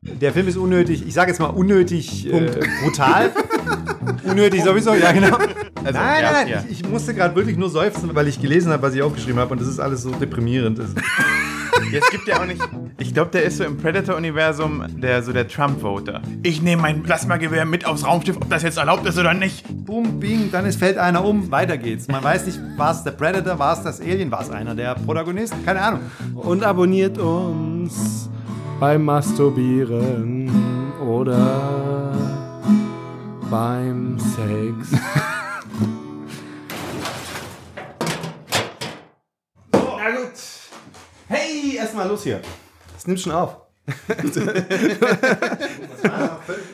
Der Film ist unnötig, ich sage jetzt mal unnötig äh, brutal. unnötig sowieso, ja genau. nein, ja, nein, nein, ja. ich, ich musste gerade wirklich nur seufzen, weil ich gelesen habe, was ich aufgeschrieben habe und das ist alles so deprimierend. Also, Das, Jetzt gibt er auch nicht. Ich glaube, der ist so im Predator-Universum der so der Trump-Voter. Ich nehme mein Plasmagewehr mit aufs Raumschiff, ob das jetzt erlaubt ist oder nicht. Bum, bing, dann ist, fällt einer um, weiter geht's. Man weiß nicht, war es der Predator, war es das Alien, war es einer der Protagonisten, keine Ahnung. Und abonniert uns beim Masturbieren oder beim Sex. Na gut. Hey, erstmal los hier. Das nimmt schon auf. Völlig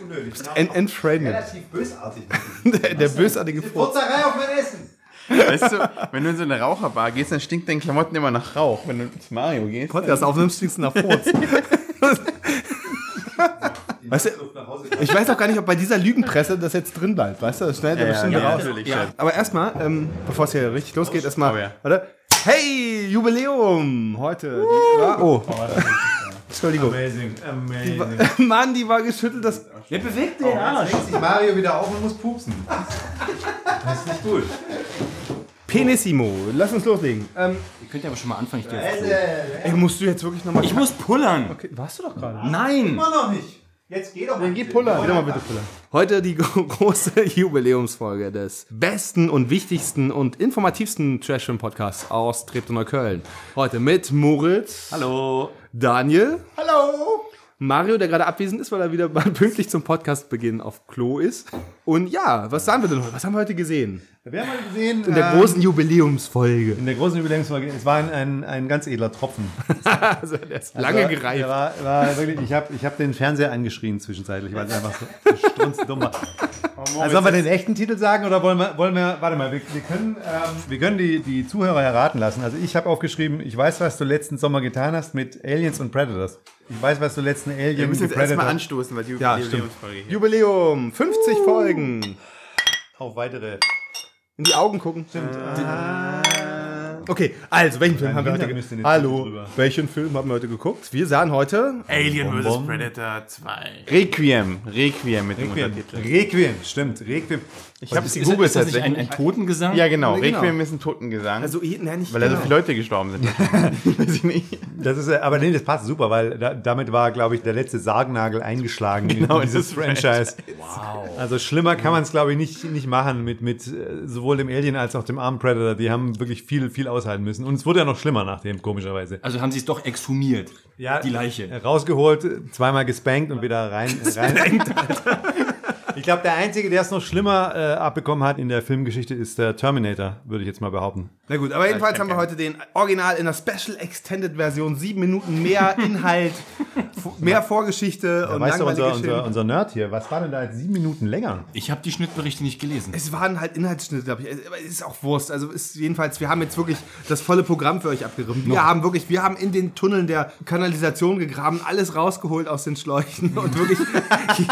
unnötig. End, Endframed. bösartig. Der, der bösartige Vor. Putzerei auf mein Essen. Weißt du, wenn du in so eine Raucherbar gehst, dann stinkt deinen Klamotten immer nach Rauch. Wenn du zu Mario gehst. Podcast aufnimmst, stinkst du nach Furz. weißt du, ich weiß auch gar nicht, ob bei dieser Lügenpresse das jetzt drin bleibt. Weißt du, das schneidet er bestimmt raus. natürlich. Aber erstmal, ähm, bevor es hier richtig losgeht, erstmal, Oh ja. oder? Hey, Jubiläum heute. Die, ja, oh. Entschuldigung. Amazing, amazing. Mann, die war geschüttelt, das Oh. Legt sich Mario wieder auf und muss pupsen. Das ist nicht gut. Penissimo. Lass uns loslegen. Ähm, Ihr könnt ja aber schon mal anfangen. Ich, darf- ey, musst du jetzt wirklich nochmal... ich muss pullern. Okay, warst du doch gerade. Nein. Immer noch nicht. Jetzt geh doch mal. Dann geh Wieder mal bitte Puller. Heute die gro- große Jubiläumsfolge des besten und wichtigsten und informativsten trash podcasts aus Treptow Neukölln. Heute mit Moritz. Hallo. Daniel. Hallo. Mario, der gerade abwesend ist, weil er wieder mal pünktlich zum Podcastbeginn auf Klo ist. Und ja, was sagen wir denn heute? Was haben wir heute gesehen? Wir haben mal gesehen, In der ähm, großen Jubiläumsfolge. in der großen Jubiläumsfolge, es war ein, ein, ein ganz edler Tropfen. Also, der ist lange war, gereift. der War, war wirklich, ich habe ich hab den Fernseher angeschrien zwischenzeitlich, weil es einfach so strunzdumm war. Also sollen wir den echten Titel sagen oder wollen wir, wollen wir warte mal, wir, wir können, ähm, wir können die, die Zuhörer erraten lassen. Also ich habe aufgeschrieben, ich weiß, was du letzten Sommer getan hast mit Aliens und Predators. Ich weiß, was du letzten Alien Wir müssen und jetzt erstmal Predator anstoßen, weil die Ja, Jubiläumsfolge hier. Jubiläum, 50 Folgen. auf weitere. In die Augen gucken. Ah. Okay, also, welchen Film haben wir heute Hintern müsste geguckt? nicht Hallo, drüber. welchen Film haben wir heute geguckt? Wir sahen heute Äh, Alien vs. Bonbon. Predator 2. Requiem. Requiem mit dem Requiem. Untertitel. Requiem, stimmt, Requiem. Ich habe es Ist, gegoogelt ist das nicht ein, tatsächlich. ein Totengesang? Ja, genau. Nee, genau. Requiem ist ein Totengesang. Also, ich- nein, nicht weil da so genau. viele Leute gestorben sind. Weiß ich nicht. Das ist, äh, aber nee, das passt super, weil da, damit war, glaube ich, der letzte Sargnagel eingeschlagen Genau, in dieses in das Franchise. Wow. Also schlimmer kann man es, glaube ich, nicht, nicht machen mit, mit äh, sowohl dem Alien als auch dem armen Predator. Die haben wirklich viel, viel aushalten müssen. Und es wurde ja noch schlimmer nachdem, komischerweise. Also haben sie es doch exhumiert. die Leiche. Rausgeholt, zweimal gespankt und wieder rein. rein. Ich glaube, der Einzige, der es noch schlimmer äh, abbekommen hat in der Filmgeschichte, ist der Terminator, würde ich jetzt mal behaupten. Na gut, aber jedenfalls haben wir heute den Original in der Special Extended Version. Sieben Minuten mehr Inhalt, fu- mehr Vorgeschichte und Weißt du, langweilige unser, Stimmen. unser, unser Nerd hier, was war denn da jetzt sieben Minuten länger? Ich habe die Schnittberichte nicht gelesen. Es waren halt Inhaltsschnitte, glaube ich. Es- Aber es ist auch Wurst. Also ist jedenfalls, wir haben jetzt wirklich das volle Programm für euch abgerissen. Wir haben wirklich, wir haben in den Tunneln der Kanalisation gegraben, alles rausgeholt aus den Schläuchen und wirklich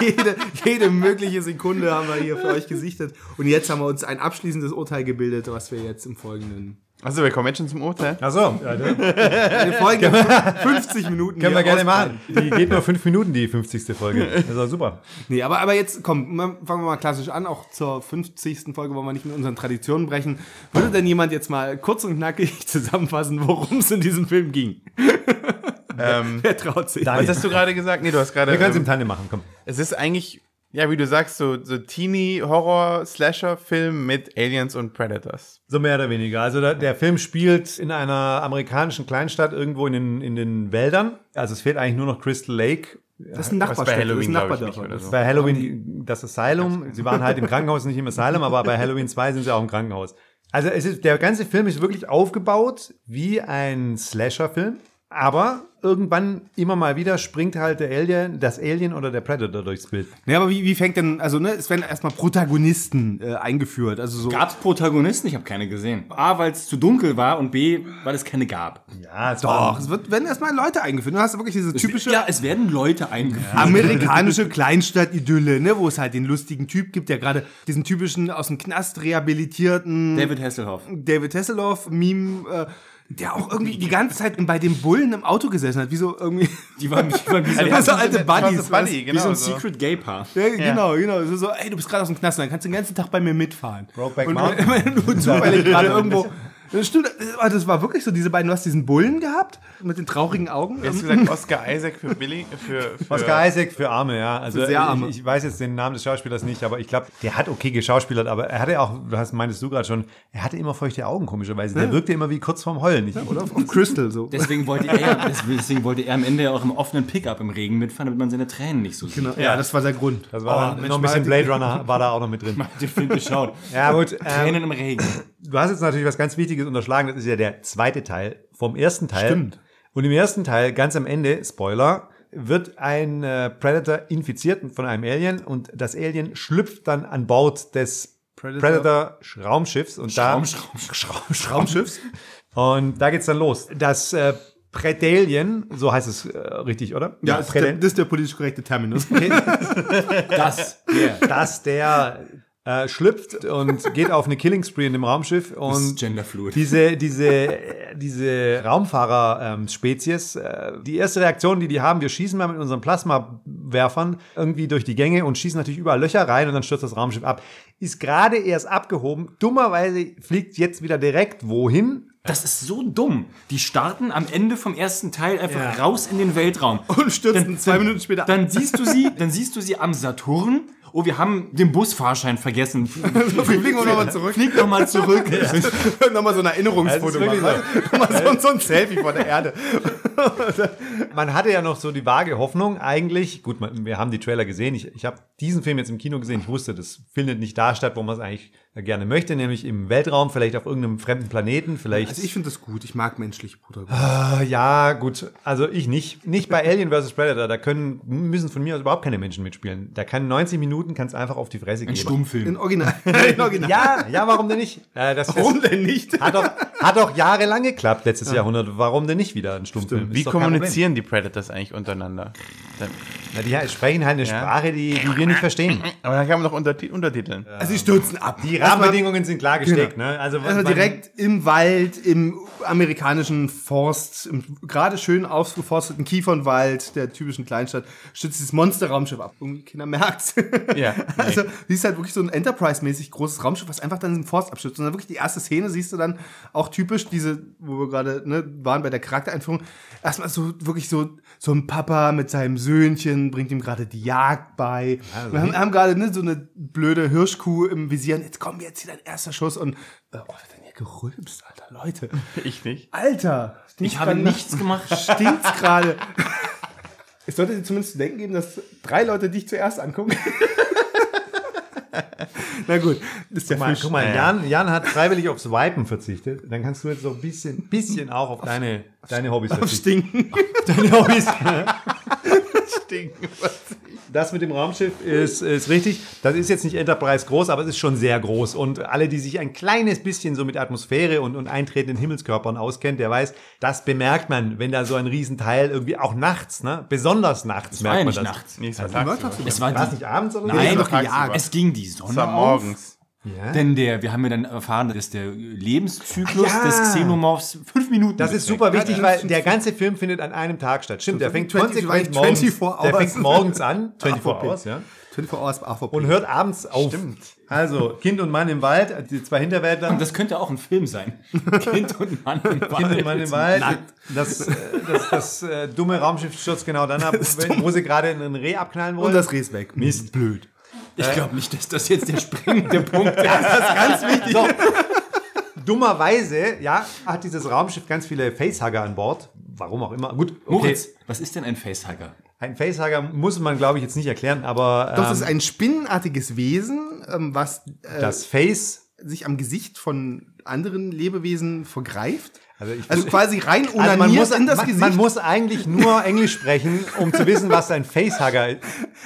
jede, jede mögliche Sekunde haben wir hier für euch gesichtet. Und jetzt haben wir uns ein abschließendes Urteil gebildet, was wir jetzt im folgenden, Achso, wir kommen jetzt schon zum Urteil. Achso, ja, in den folgenden 50 Minuten Können wir hier gerne ausbreiten. machen. Die geht nur fünf Minuten, die 50. Folge. Das ist auch super. Nee, aber, aber jetzt, komm, mal- fangen wir mal klassisch an. Auch zur 50. Folge wollen wir nicht mit unseren Traditionen brechen. Würde denn jemand jetzt mal kurz und knackig zusammenfassen, worum es in diesem Film ging? Ähm, Wer traut sich? Daniel. Was hast du gerade gesagt? Nee, du hast gerade. Wir können es im Ähm, Tandem machen, komm. es ist eigentlich, ja, wie du sagst, so, so Teenie-Horror-Slasher-Film mit Aliens und Predators. So mehr oder weniger. Also da, der Film spielt in einer amerikanischen Kleinstadt irgendwo in den, in den Wäldern. Also es fehlt eigentlich nur noch Crystal Lake. Das ist ein Was bei Nachbarstädter, das ist ein Halloween, glaube ich, nicht Nachbardörfer. oder so. Bei Halloween das Asylum. Sie waren halt im Krankenhaus, nicht im Asylum, aber bei Halloween 2 sind sie auch im Krankenhaus. Also es ist, der ganze Film ist wirklich aufgebaut wie ein Slasher-Film. Aber irgendwann immer mal wieder springt halt der Alien, das Alien oder der Predator durchs Bild. Nee, aber wie, wie fängt denn, also ne, es werden erstmal Protagonisten äh, eingeführt. Also so. Gab es Protagonisten? Ich habe keine gesehen. A, weil es zu dunkel war und B, weil es keine gab. Ja, es Doch, oh, es wird, werden erstmal Leute eingeführt. Du hast wirklich diese typische Ja, es werden Leute eingeführt. amerikanische Kleinstadt-Idylle, ne, wo es halt den lustigen Typ gibt, der gerade diesen typischen aus dem Knast rehabilitierten David Hasselhoff. David Hasselhoff-Meme, äh, der auch irgendwie die ganze Zeit bei dem Bullen im Auto gesessen hat. Wieso irgendwie. Die waren, die waren wie so, Ja, so Also alte Buddies. Schwarze Buddy, wie so genau. ein So Secret Gay Paar. Ja, genau, genau. So, so, ey, du bist gerade aus dem Knast, dann kannst du den ganzen Tag bei mir mitfahren. Brokeback und Mountain. wenn du zufällig gerade irgendwo. Das stimmt, aber das war wirklich so, diese beiden, du hast diesen Bullen gehabt mit den traurigen Augen. Hast du gesagt, Oscar Isaac für Billy? Für, für Oscar Isaac für Arme, ja. Also Für sehr Arme. Ich, ich weiß jetzt den Namen des Schauspielers nicht, aber ich glaube, der hat okay geschauspielert, aber er hatte auch, du hast meintest du gerade schon, er hatte immer feuchte Augen, komischerweise. Der wirkte immer wie kurz vorm Heulen. Ich, Oder auf Crystal so. Deswegen wollte, er, ja- deswegen wollte er am Ende ja auch im offenen Pickup im Regen mitfahren, damit man seine Tränen nicht so sieht. Genau. Ja, das war der Grund. Das war Oh, noch ein Mensch, bisschen Blade Runner war da auch noch mit drin. Mal den Film geschaut. Ja, gut. Ähm, Tränen im Regen. du hast jetzt natürlich was ganz Wichtiges unterschlagen. Das ist ja der zweite Teil vom ersten Teil. Stimmt. Und im ersten Teil, ganz am Ende, Spoiler, wird ein äh, Predator infiziert von einem Alien und das Alien schlüpft dann an Bord des Predator- Predator-Schraumschiffs und Schraum, da Schraum, Schraum, Schraumschiffs. Und da geht's dann los. Das äh, Predalien, so heißt es äh, richtig, oder? Ja, das ist, der, Predalien. das ist der politisch korrekte Terminus. Das. Yeah. dass der äh, schlüpft und geht auf eine Killing Spree in dem Raumschiff Das ist und Genderfluid. diese, diese, äh, diese Raumfahrer-Spezies, äh, die erste Reaktion, die die haben, wir schießen mal mit unseren Plasmawerfern irgendwie durch die Gänge und schießen natürlich überall Löcher rein und dann stürzt das Raumschiff ab. Ist gerade erst abgehoben. Dummerweise fliegt jetzt wieder direkt wohin? Das ist so dumm. Die starten am Ende vom ersten Teil einfach raus in den Weltraum. Und stürzen zwei Minuten später ab. Dann siehst du sie, dann siehst du sie am Saturn. Oh, wir haben den Busfahrschein vergessen. Wir fliegen auch nochmal zurück. Flieg doch mal zurück. nochmal so ein Erinnerungsfoto Das Also ist machen. wirklich So. Nochmal so, so ein Selfie von der Erde. Man hatte ja noch so die vage Hoffnung eigentlich, gut, man, wir haben die Trailer gesehen, ich, ich habe diesen Film jetzt im Kino gesehen, ich wusste, das findet nicht da statt, wo man es eigentlich gerne möchte, nämlich im Weltraum, vielleicht auf irgendeinem fremden Planeten, vielleicht, Also ich finde das gut. Ich mag menschliche Protagonisten. Ah, ja, gut, also ich nicht, nicht bei Alien vs. Predator, da können, müssen von mir aus überhaupt keine Menschen mitspielen, da kann 90 Minuten, kann's einfach auf die Fresse gehen. Stummfilm. In Original. In Original. Ja, ja, warum denn nicht? Äh, das, Warum denn nicht? Das hat doch, hat doch jahrelang geklappt, letztes Jahrhundert, warum denn nicht wieder ein Stummfilm? Wie Ist doch kein Problem. kommunizieren die Predators eigentlich untereinander? Dann, Na, die sprechen halt eine Sprache, die, die wir nicht verstehen. aber dann kann man doch unterti- untertiteln. Also die stürzen ab. Die Rahmenbedingungen sind klar gesteckt, ne? Also Also man- direkt im Wald, im amerikanischen Forst, im gerade schön ausgeforsteten Kiefernwald der typischen Kleinstadt, stützt dieses Monster-Raumschiff ab. Irgendwie keiner merkt's. Ja, Also, siehst halt wirklich so ein Enterprise-mäßig großes Raumschiff, was einfach dann im Forst abstürzt. Und dann wirklich die erste Szene siehst du dann auch typisch diese, wo wir gerade ne, waren bei der Charaktereinführung, erstmal so wirklich so, so ein Papa mit seinem Söhnchen, bringt ihm gerade die Jagd bei. Ah, wir haben, haben gerade ne, so eine blöde Hirschkuh im Visier. Und Jetzt komm, jetzt hier dein erster Schuss und äh, oh, wird denn hier gerülpst, Alter, Leute. ich nicht. Alter! Ich habe nichts gemacht. Stinkt's gerade. Es sollte dir zumindest zu denken geben, dass drei Leute dich zuerst angucken. Na gut, ist der Guck mal, Fisch. guck mal Jan, Jan hat freiwillig aufs Wipen verzichtet. Dann kannst du jetzt so ein bisschen, bisschen auch auf deine, deine Hobbys Auf verzichten. Stinken. Deine Hobbys. Das mit dem Raumschiff ist, ist richtig. Das ist jetzt nicht Enterprise groß, aber es ist schon sehr groß. Und alle, die sich ein kleines bisschen so mit Atmosphäre und, und eintretenden Himmelskörpern auskennt, der weiß, das bemerkt man, wenn da so ein Riesenteil irgendwie auch nachts, ne? besonders nachts War merkt ja man nicht das. nachts. Nee, es war tagsüber. Es war War es die, nicht abends oder so? Nein, doch gejagt. es ging die Sonne Es war auf. morgens. ne? Denn der, wir haben ja dann erfahren, dass der Lebenszyklus Ah, ja. des Xenomorphs fünf Minuten Das ist beträgt. super wichtig, Ja, das weil stimmt. der ganze Film findet an einem Tag statt. Stimmt, der fängt 20, konsequent 24 morgens, der hours. Ah, fängt morgens an, 24 hours, ja, 24 Hours AVP. und hört abends auf. Also, Kind und Mann im Wald, die zwei Hinterwäldler, Und das könnte auch ein Film sein. Kind und Mann im Wald. Kind und Mann im Wald, das, äh, das, das äh, dumme Raumschiff stürzt genau dann ab, wenn- wo sie gerade einen Reh abknallen wollen. Und das Reh ist weg. Mist. Blöd. Ich glaube nicht, dass das jetzt der springende Punkt ist. Dummerweise, ja, hat dieses Raumschiff ganz viele Facehugger an Bord. Warum auch immer. Gut, okay. Moritz, was ist denn ein Facehugger? Ein Facehugger muss man, glaube ich, jetzt nicht erklären, aber Doch, das ähm, ist ein spinnenartiges Wesen, ähm, was äh, das Face sich am Gesicht von anderen Lebewesen vergreift. Also ich- quasi rein Also unaniert man, muss, in das man, Gesicht. man muss eigentlich nur Englisch sprechen, um zu wissen, was ein Facehugger ist.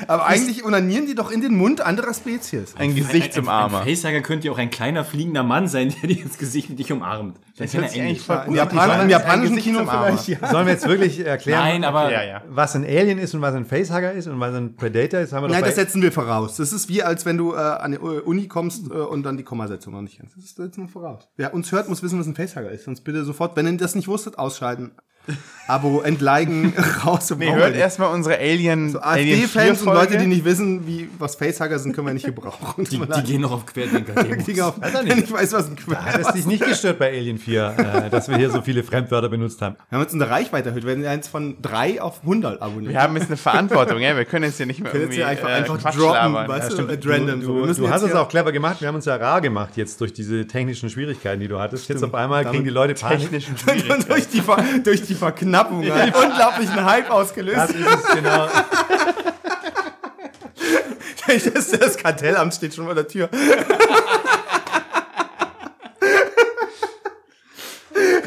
aber eigentlich unanieren die doch in den Mund anderer Spezies. Ein Gesicht zum Ein Armer. Facehugger könnte ja auch ein kleiner fliegender Mann sein, der dir ins Gesicht mit dich umarmt. Das hört sich eigentlich voll Im gut an. Japan- Japan, weiß, im ein japanischen Gesicht Kino zum Armer. vielleicht, ja. Sollen wir jetzt wirklich erklären, Nein, aber Ja, ja. was ein Alien ist und was ein Facehugger ist und was ein Predator ist? Haben wir doch Nein, bei- das setzen wir voraus. Das ist wie, als wenn du äh, an die Uni kommst äh, und dann die Kommasetzung noch nicht kennst. Das setzen wir voraus. Wer uns hört, muss wissen, was ein Facehugger ist. Sonst bitte sofort sofort, wenn ihr das nicht wusstet, ausschalten. Abo entliken, raus. Nee, hört erstmal unsere Alien. So Alien AfD-Fans 4 und Folge. Leute, die nicht wissen, wie, was Facehacker sind, können wir nicht gebrauchen. Die, die gehen noch auf Querdenker-Demos. Digga, auf, wenn ich weiß, was ein Quer Hat es ist. dich nicht gestört bei Alien 4, äh, dass wir hier so viele Fremdwörter benutzt haben? Wir haben jetzt unsere Reichweite erhöht. Wir werden jetzt von 3 auf 100 abonnieren. Wir haben jetzt eine Verantwortung, ja. Wir können jetzt hier nicht mehr können jetzt irgendwie hier einfach, äh, einfach Quatsch droppen, labern. Ja, weißt du, stimmt. at random. so. Du, Wir du, müssen du jetzt hast es hier- auch clever gemacht. Wir haben uns ja rar gemacht jetzt durch diese technischen Schwierigkeiten, die du hattest. Jetzt auf einmal kriegen die Leute Panik. Technisch schwierig. Und durch die, Ver durch die Verknappung einen unglaublichen Hype Das ausgelöst. ist es, genau. Das, das Kartellamt steht schon vor der Tür.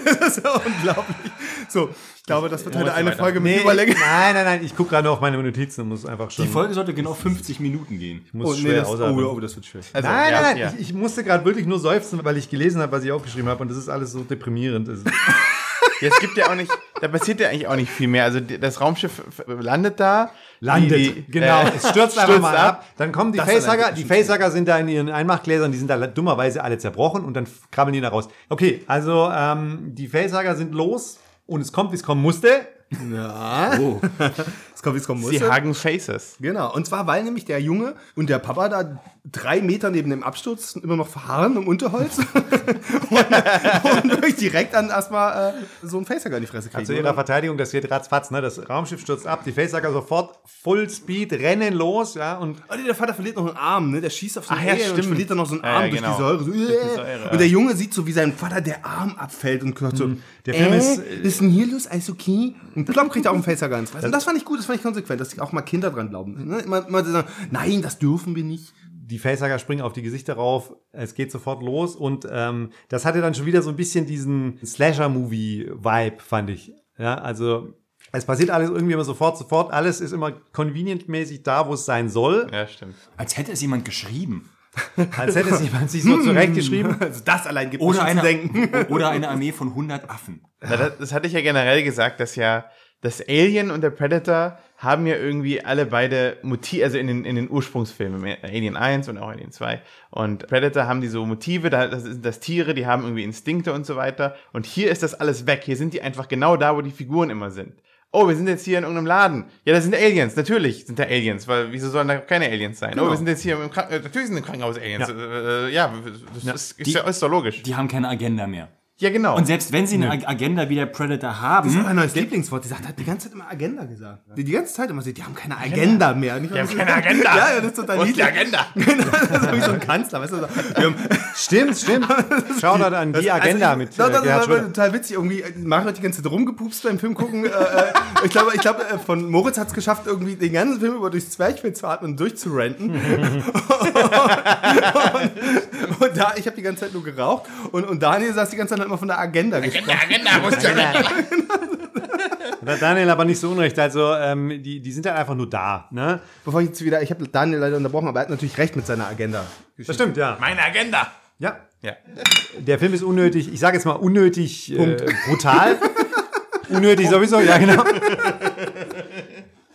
Das ist ja unglaublich. So, ich glaube, das wird heute eine weiter. Folge mit Nee, Überlänge. nein, nein, nein. Ich gucke gerade nur auf meine Notizen und muss einfach schon. Die Folge sollte genau 50 Minuten gehen. ich muss Oh, nee, schwer das- oh, ausatmen. oh, das wird schwierig. Also, Nein, ja, nein, nein. ja. Ich, ich musste gerade wirklich nur seufzen, weil ich gelesen habe, was ich aufgeschrieben habe. Und das ist alles so deprimierend. Es- Jetzt gibt ja auch nicht, da passiert ja eigentlich auch nicht viel mehr. Also die- das Raumschiff f- landet da. Die- die- genau. äh, es stürzt einfach mal ab. Dann kommen die Das allein Facehugger. wird Die bestimmt Facehugger sind da in ihren Einmachgläsern. Die sind da le- dummerweise alle zerbrochen und dann f- krabbeln die da raus. Okay, also ähm, die Facehugger sind los und es kommt, wie es kommen musste. Ja. Es kommt, wie es kommen muss. Sie hagen Faces. Genau, und zwar, weil nämlich der Junge und der Papa da drei Meter neben dem Absturz immer noch verharren im Unterholz und, und wirklich direkt an erstmal äh, so einen Facehacker in die Fresse kriegen. Zu ihrer oder? Verteidigung, das geht ratzfatz. Ne? Das Raumschiff stürzt ab. Die Facehugger sofort Full Speed rennen los. Ja, und Oh, nee, der Vater verliert noch einen Arm, ne? Der schießt auf so Ach einen ja, Alien und stimmt. verliert dann noch so einen Ja, Arm ja, durch genau. die Säure. So, äh. Säure, und der Junge sieht so, wie sein Vater der Arm abfällt und knurrt so, Mhm. Der Film äh, ist, was ist denn hier los, alles okay? Und plump kriegt er auch einen Facehacker ins Fresse. Und das fand ich gut, das fand ich konsequent, dass auch mal Kinder dran glauben. Ne? Immer, immer so sagen, nein, das dürfen wir nicht. die Facehugger springen auf die Gesichter rauf, es geht sofort los und ähm, das hatte dann schon wieder so ein bisschen diesen Slasher-Movie-Vibe, fand ich. Ja, also es passiert alles irgendwie immer sofort, sofort, alles ist immer convenient-mäßig da, wo es sein soll, Ja, stimmt. Als hätte es jemand geschrieben. als hätte es jemand sich so zurechtgeschrieben. Also das allein gibt mir Oder schon eine, zu denken. Hm? oder eine Armee von 100 Affen. Na, das, das hatte ich ja generell gesagt, dass ja das Alien und der Predator haben ja irgendwie alle beide Motive, also in den, in den Ursprungsfilmen, Alien 1 und auch Alien 2. Und Predator haben die so Motive, da- das sind das Tiere, die haben irgendwie Instinkte und so weiter. Und hier ist das alles weg. Hier sind die einfach genau da, wo die Figuren immer sind. Oh, wir sind jetzt hier in irgendeinem Laden. Ja, das sind Aliens. Natürlich sind da Aliens, weil wieso sollen da keine Aliens sein? Oh, wir sind jetzt hier im Krankenhaus. Natürlich sind im Krankenhaus Aliens. Ja, äh, ja das Ist, ist, Die- ja- ist doch logisch. Die haben keine Agenda mehr. ja, genau. Und selbst wenn sie eine Ag- Agenda wie der Predator Das ist haben, mein neues Lieblingswort. Die sagt, hat die ganze Zeit immer Agenda gesagt. Die, die ganze Zeit immer sagt, die haben keine Agenda mehr. Nicht, die haben keine Agenda. ja, ja, das ist total Wo ist die niedlich. Genau, Agenda? das ist wie so ein Kanzler, weißt du? So, wir haben, Stimmt, stimmt. Schau dort an die Agenda Also, ich, mit Das, äh, das, Gerhard das war Schröder. total witzig. Irgendwie äh, Mario hat die ganze Zeit rumgepupst beim Film gucken. Äh, äh, ich glaube, ich glaube, äh, von Moritz hat es geschafft, irgendwie den ganzen Film über durchs Zwerchfell zu atmen und durchzurenten. und, und da, ich habe die ganze Zeit nur geraucht. Und, und Daniel saß die ganze Zeit immer von der Agenda. Agenda. Da hat Daniel aber nicht so unrecht, also ähm, die, die sind dann einfach nur da. Ne? Bevor ich jetzt wieder, ich habe Daniel leider unterbrochen, aber er hat natürlich recht mit seiner Agenda. Das stimmt, ja. Meine Agenda. ja. Ja. Der Film ist unnötig, ich sage jetzt mal unnötig äh, brutal. unnötig sowieso, ja genau.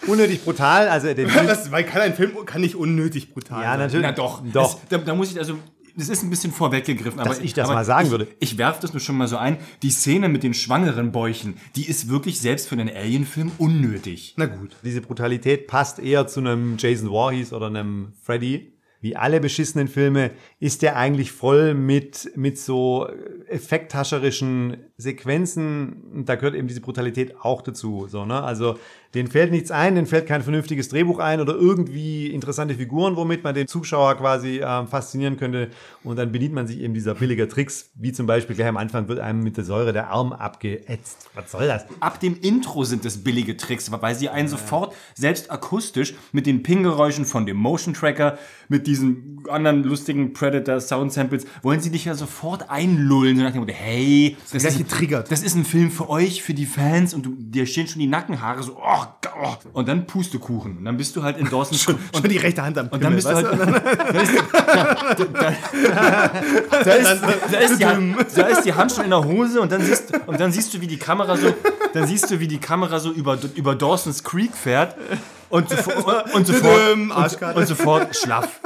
unnötig brutal, also der Film, Das, weil kann ein Film kann nicht unnötig brutal ja sein. natürlich. na doch, doch. Das, da, da muss ich also. Das ist ein bisschen vorweggegriffen, aber Dass ich das aber mal sagen ich, würde. Ich werfe das nur schon mal so ein. Die Szene mit den schwangeren Bäuchen, die ist wirklich selbst für einen Alien-Film unnötig. Na gut. Diese Brutalität passt eher zu einem Jason Voorhees oder einem Freddy. Wie alle beschissenen Filme ist der eigentlich voll mit, mit so effekthascherischen Sequenzen. Und Da gehört eben diese Brutalität auch dazu. So, ne? Also denen fällt nichts ein, denen fällt kein vernünftiges Drehbuch ein oder irgendwie interessante Figuren, womit man den Zuschauer quasi ähm, faszinieren könnte. Und dann bedient man sich eben dieser billiger Tricks, wie zum Beispiel gleich am Anfang wird einem mit der Säure der Arm abgeätzt. Was soll das? Ab dem Intro sind es billige Tricks, weil sie einen sofort selbst akustisch mit den Ping-Geräuschen von dem Motion Tracker, mit diesen anderen lustigen Predator Sound Samples, wollen sie dich ja sofort einlullen. So nach dem Motto, hey, das, gleich ist ein, getriggert. das ist ein Film für euch, für die Fans und du, dir stehen schon die Nackenhaare so, oh, oh, und dann Pustekuchen. Und dann bist du halt in Dawson Und die rechte Hand am Und dann bist du halt. Da ist, da, da, da, ist, da, ist die, Hand- da ist die Hand schon in der Hose und dann siehst, und dann siehst du, wie die Kamera so, dann siehst du, wie die Kamera so über, über Dawson's Creek fährt und, sofo- und, und, sofort, Tüdüm, und, Arschkarte. und sofort schlaff.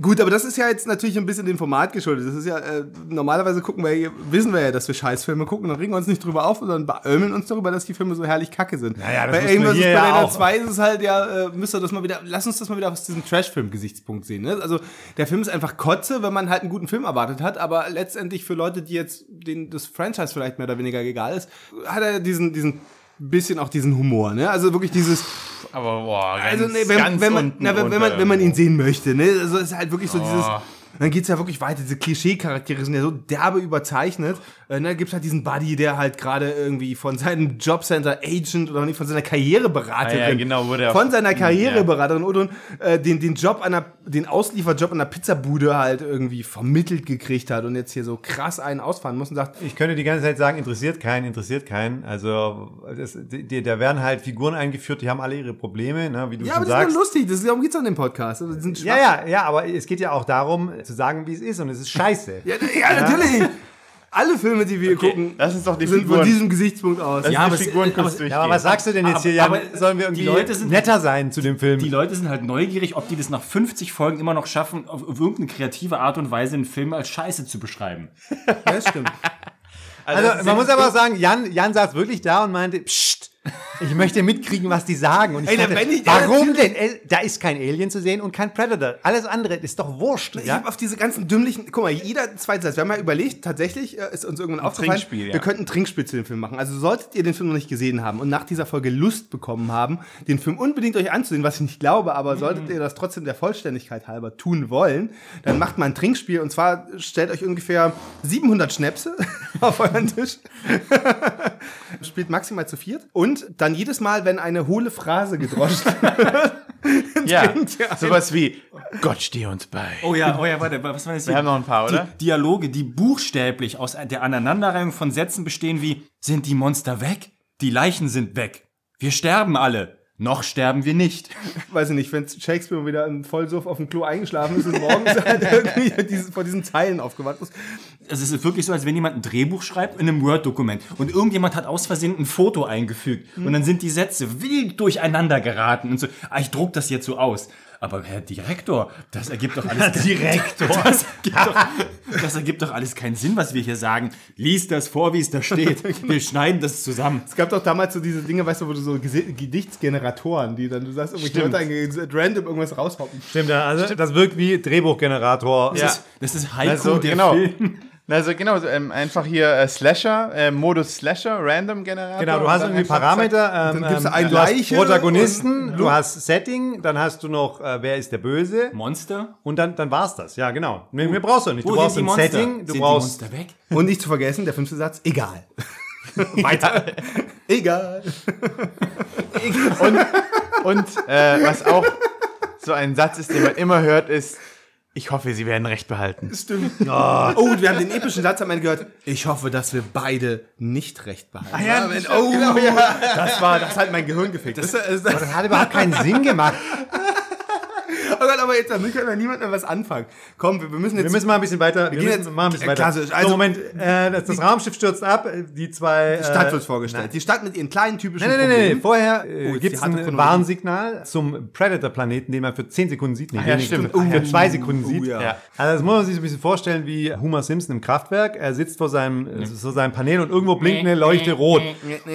Gut, aber das ist ja jetzt natürlich ein bisschen dem Format geschuldet. Das ist ja, äh, normalerweise gucken wir, hier- wissen wir ja, dass wir Scheißfilme gucken, dann regen wir uns nicht drüber auf, sondern beömmeln uns darüber, dass die Filme so herrlich kacke sind. Naja, das Bei wussten wir irgendwas ist hier bei ja Predator auch. 2 ist es halt ja, äh, müsst ihr das mal wieder, lass uns das mal wieder aus diesem Trash-Film-Gesichtspunkt sehen. Ne? Also der Film ist einfach Kotze, wenn man halt einen guten Film erwartet hat, aber letztendlich für Leute, die jetzt, denen das Franchise vielleicht mehr oder weniger egal ist, hat er diesen, diesen bisschen auch diesen Humor, ne? Also wirklich dieses, Aber boah, ganz, also nee, wenn, ganz wenn, man, unten na, wenn, wenn, man, unter wenn man ihn irgendwo. sehen möchte, ne? Also es ist halt wirklich so dieses. Oh. Dann geht's ja wirklich weiter. Diese Klischee-Charaktere sind ja so derbe überzeichnet. Äh, ne, gibt's halt diesen Buddy, der halt gerade irgendwie von seinem Jobcenter-Agent oder nicht von seiner Karriereberaterin. Ah ja, genau, wurde er- Von seiner Ja. Karriereberaterin und, und äh, den, den Job an der, den Auslieferjob an der Pizzabude halt irgendwie vermittelt gekriegt hat und jetzt hier so krass einen ausfahren muss und sagt, Ich könnte die ganze Zeit sagen, interessiert keinen, interessiert keinen. Also das, die, die, da werden halt Figuren eingeführt, die haben alle ihre Probleme, ne, wie du ja, schon aber das sagst. ist doch lustig, das, darum geht's an dem Podcast. Das sind ja, ja, ja, aber es geht ja auch darum, zu sagen, wie es ist und es ist scheiße. Ja, ja, natürlich. Alle Filme, die wir gucken, lass uns doch die sind von Figuren- diesem Gesichtspunkt aus. Lass Ja, uns aber die es- Figuren aber kurz es- durchgehen. Ja, aber was sagst du denn jetzt Aber- hier? Ja, aber sollen wir irgendwie die Leute sind- netter sein zu dem Film? Die Leute sind halt neugierig, ob die das nach 50 Folgen immer noch schaffen, auf auf irgendeine kreative Art und Weise einen Film als Scheiße zu beschreiben. Ja, das stimmt. also, man muss aber auch sagen, Jan, Jan saß wirklich da und meinte, Psst, ich möchte mitkriegen, was die sagen. Und ich Ey, na, dachte, wenn ich- ja, warum natürlich. denn? Ey, Da ist kein Alien zu sehen und kein Predator. Alles andere ist doch wurscht. Ich habe auf diese ganzen dümmlichen. Guck mal, jeder Zweitsatz. Wir haben ja überlegt, tatsächlich äh, ist uns irgendwann aufgefallen, Trinkspiel, ja. wir könnten ein Trinkspiel zu dem Film machen. Also solltet ihr den Film noch nicht gesehen haben und nach dieser Folge Lust bekommen haben, den Film unbedingt euch anzusehen, was ich nicht glaube, aber solltet ihr das trotzdem der Vollständigkeit halber tun wollen, dann macht mal ein Trinkspiel und zwar stellt euch ungefähr 700 Schnäpse auf euren Tisch. spielt maximal zu viert und dann jedes Mal, wenn eine hohle Phrase gedroscht ja, trinkt ihr ein. sowas wie Gott steh uns bei. Oh ja, oh ja, warte, was war das Wir haben noch ein paar, oder? Die Dialoge, die buchstäblich aus der Aneinanderreihung von Sätzen bestehen wie Sind die Monster weg? Die Leichen sind weg. Wir sterben alle. Noch sterben wir nicht. weiß ich nicht, wenn Shakespeare wieder im Vollsuff auf dem Klo eingeschlafen ist und morgens halt irgendwie mit diesen, vor diesen Zeilen aufgewacht ist. Also Es ist wirklich so, als wenn jemand ein Drehbuch schreibt in einem Word-Dokument und irgendjemand hat aus Versehen ein Foto eingefügt und dann sind die Sätze wild durcheinander geraten und so, ah, ich druck das jetzt so aus. Aber Herr Direktor, das ergibt doch alles Direktor, das ergibt doch, das ergibt doch alles keinen Sinn, was wir hier sagen. Lies das vor, wie es da steht. Genau. Wir schneiden das zusammen. Es gab doch damals so diese Dinge, weißt du, wo du so Gese- Gedichtsgeneratoren, die dann, du sagst, oh, irgendwelche Leute eingegeben, at random irgendwas raushauen. Stimmt, also das wirkt wie Drehbuchgenerator. Ja. Das, das ist Haiku Also, der genau. Film. Also genau, so, ähm, einfach hier äh, Slasher, äh, Modus Slasher, Random Generator. Genau, du und hast dann halt irgendwie einfach Parameter. ähm, dann gibt's ein du hast Leiche Protagonisten, du hast Setting, dann hast du noch, äh, wer ist der Böse? Monster? Und dann, dann war's das, ja, genau. Mehr, mehr brauchst du nicht. Du Wo brauchst sind ein die Monster? Setting, du sind brauchst. die Monster weg? Und nicht zu vergessen, der fünfte Satz, egal. Weiter. Egal. Zack. Und äh, was auch so ein Satz ist, den man immer hört, ist, ich hoffe, sie werden recht behalten. Stimmt. Oh. und wir haben den epischen Satz am Ende gehört. Ich hoffe, dass wir beide nicht recht behalten. Ah, ja, oh, ja. Das war, das hat mein Gehirn gefickt. Das, das, das, Das hat überhaupt keinen Sinn gemacht. oh Gott, aber jetzt, damit kann ja niemand mehr was anfangen. Komm, wir, wir müssen jetzt Wir müssen mal ein bisschen weiter. Wir gehen müssen jetzt- mal ein bisschen weiter. Klassisch, also- so, Moment, äh, das, das Raumschiff stürzt ab, äh, die zwei. Äh, Die Stadt wird vorgestellt. Die Stadt mit ihren kleinen typischen Nein, nein, nein, nein. Problemen. Vorher äh, Oh, jetzt gibt's die harte ein Chronologie. Warnsignal zum Predator-Planeten, den man für 10 Sekunden sieht. Nee, ja, weniger. stimmt. Für zwei Sekunden oh, sieht. ja. Ja. Also das muss man sich ein bisschen vorstellen wie Homer Simpson im Kraftwerk. Er sitzt vor seinem, äh, vor seinem Panel und irgendwo blinkt eine Leuchte rot.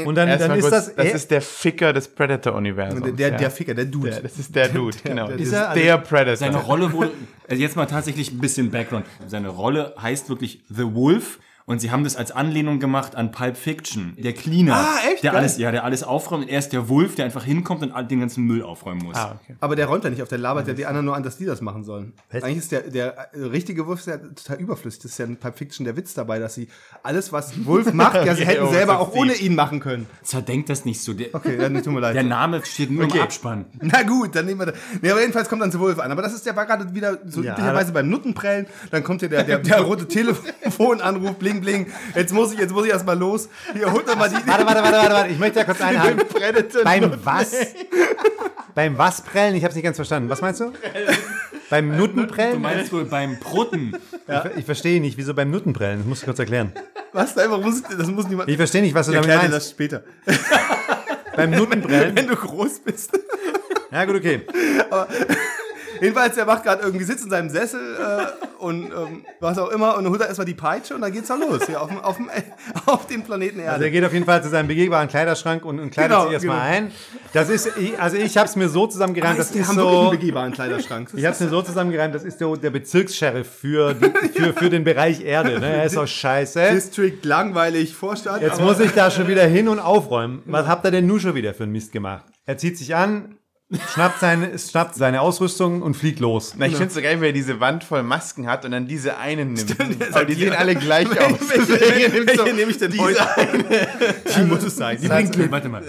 Und dann, dann Erstmal ist kurz, das... das äh, ist der Ficker des Predator-Universums. Der, der, ja. der Ficker, der Dude. Ja, das ist der Dude, genau. Das ist ist er, also- der Predator. Seine Rolle wurde, also jetzt mal tatsächlich ein bisschen Background. Seine Rolle heißt wirklich The Wolf und sie haben das als Anlehnung gemacht an Pulp Fiction. Der Cleaner. Ah, echt? Der Geil. alles, ja, der alles aufräumt. Und er ist der Wolf, der einfach hinkommt und all- den ganzen Müll aufräumen muss. Ah, okay. Aber der räumt ja nicht auf, der labert ja die anderen nur an, dass die das machen sollen. Eigentlich ist der, der äh, richtige Wurf ist ja total überflüssig. Das ist ja in Pulp Fiction der Witz dabei, dass sie alles, was Wolf macht, ja, sie Okay, hätten oh, selber das auch ist ohne ihn machen können. Zerdenkt das nicht so. Der, Okay, dann tut mir leid. der Name steht nur Okay. im Abspann. Na gut, dann nehmen wir das. Nee, aber jedenfalls kommt dann zu Wolf an. Aber das ist ja war gerade wieder so Ja, üblicherweise beim Nuttenprellen. Dann kommt hier der, der, der rote Telefonanruf, bling, bling. Jetzt muss ich, jetzt muss ich erst mal los. Hier, holt doch mal die. Ah, warte, warte, warte, warte, warte. Ich möchte da kurz einhaken. Beim was? Beim was prellen? Ich habe es nicht ganz verstanden. Was meinst du? Beim Du Nuttenprellen? meinst wohl beim Brutten. Ich, ich verstehe nicht, wieso beim Nuttenprellen? Das musst du kurz erklären. Was? Einfach muss, das muss niemand. Ich verstehe nicht, was du Ich damit erkläre dir meinst. das später. Beim Nuttenprellen? Wenn du groß bist. Ja, gut, okay. Jedenfalls, der macht gerade irgendwie Sitz in seinem Sessel äh, und ähm, was auch immer und holt da erstmal die Peitsche und dann geht's dann los hier auf dem, auf dem, auf dem Planeten Also er Erde. geht auf jeden Fall zu seinem begehbaren Kleiderschrank und, und kleidet Genau, sich erstmal ein. Das ist, ich- also ich habe es mir so zusammengereimt, das die ist haben wirklich einen so, begehbaren Kleiderschrank. ich habe es mir so zusammengereimt, das ist so der Bezirkssheriff für, die, für, für den Bereich Erde. Ne? Er ist doch scheiße. District langweilig, Vorstadt. Jetzt muss ich da schon wieder hin und aufräumen. Was habt ihr denn nun schon wieder für einen Mist gemacht? Er zieht sich an, schnappt seine, schnappt seine Ausrüstung und fliegt los. Na, ich finde es so geil, wenn er diese Wand voll Masken hat und dann diese einen nimmt. Aber die hier- sehen alle gleich aus. welche, welche, nimmt so- welche nehme ich denn heute? Die muss es sein. Die bringt mir. Warte mal.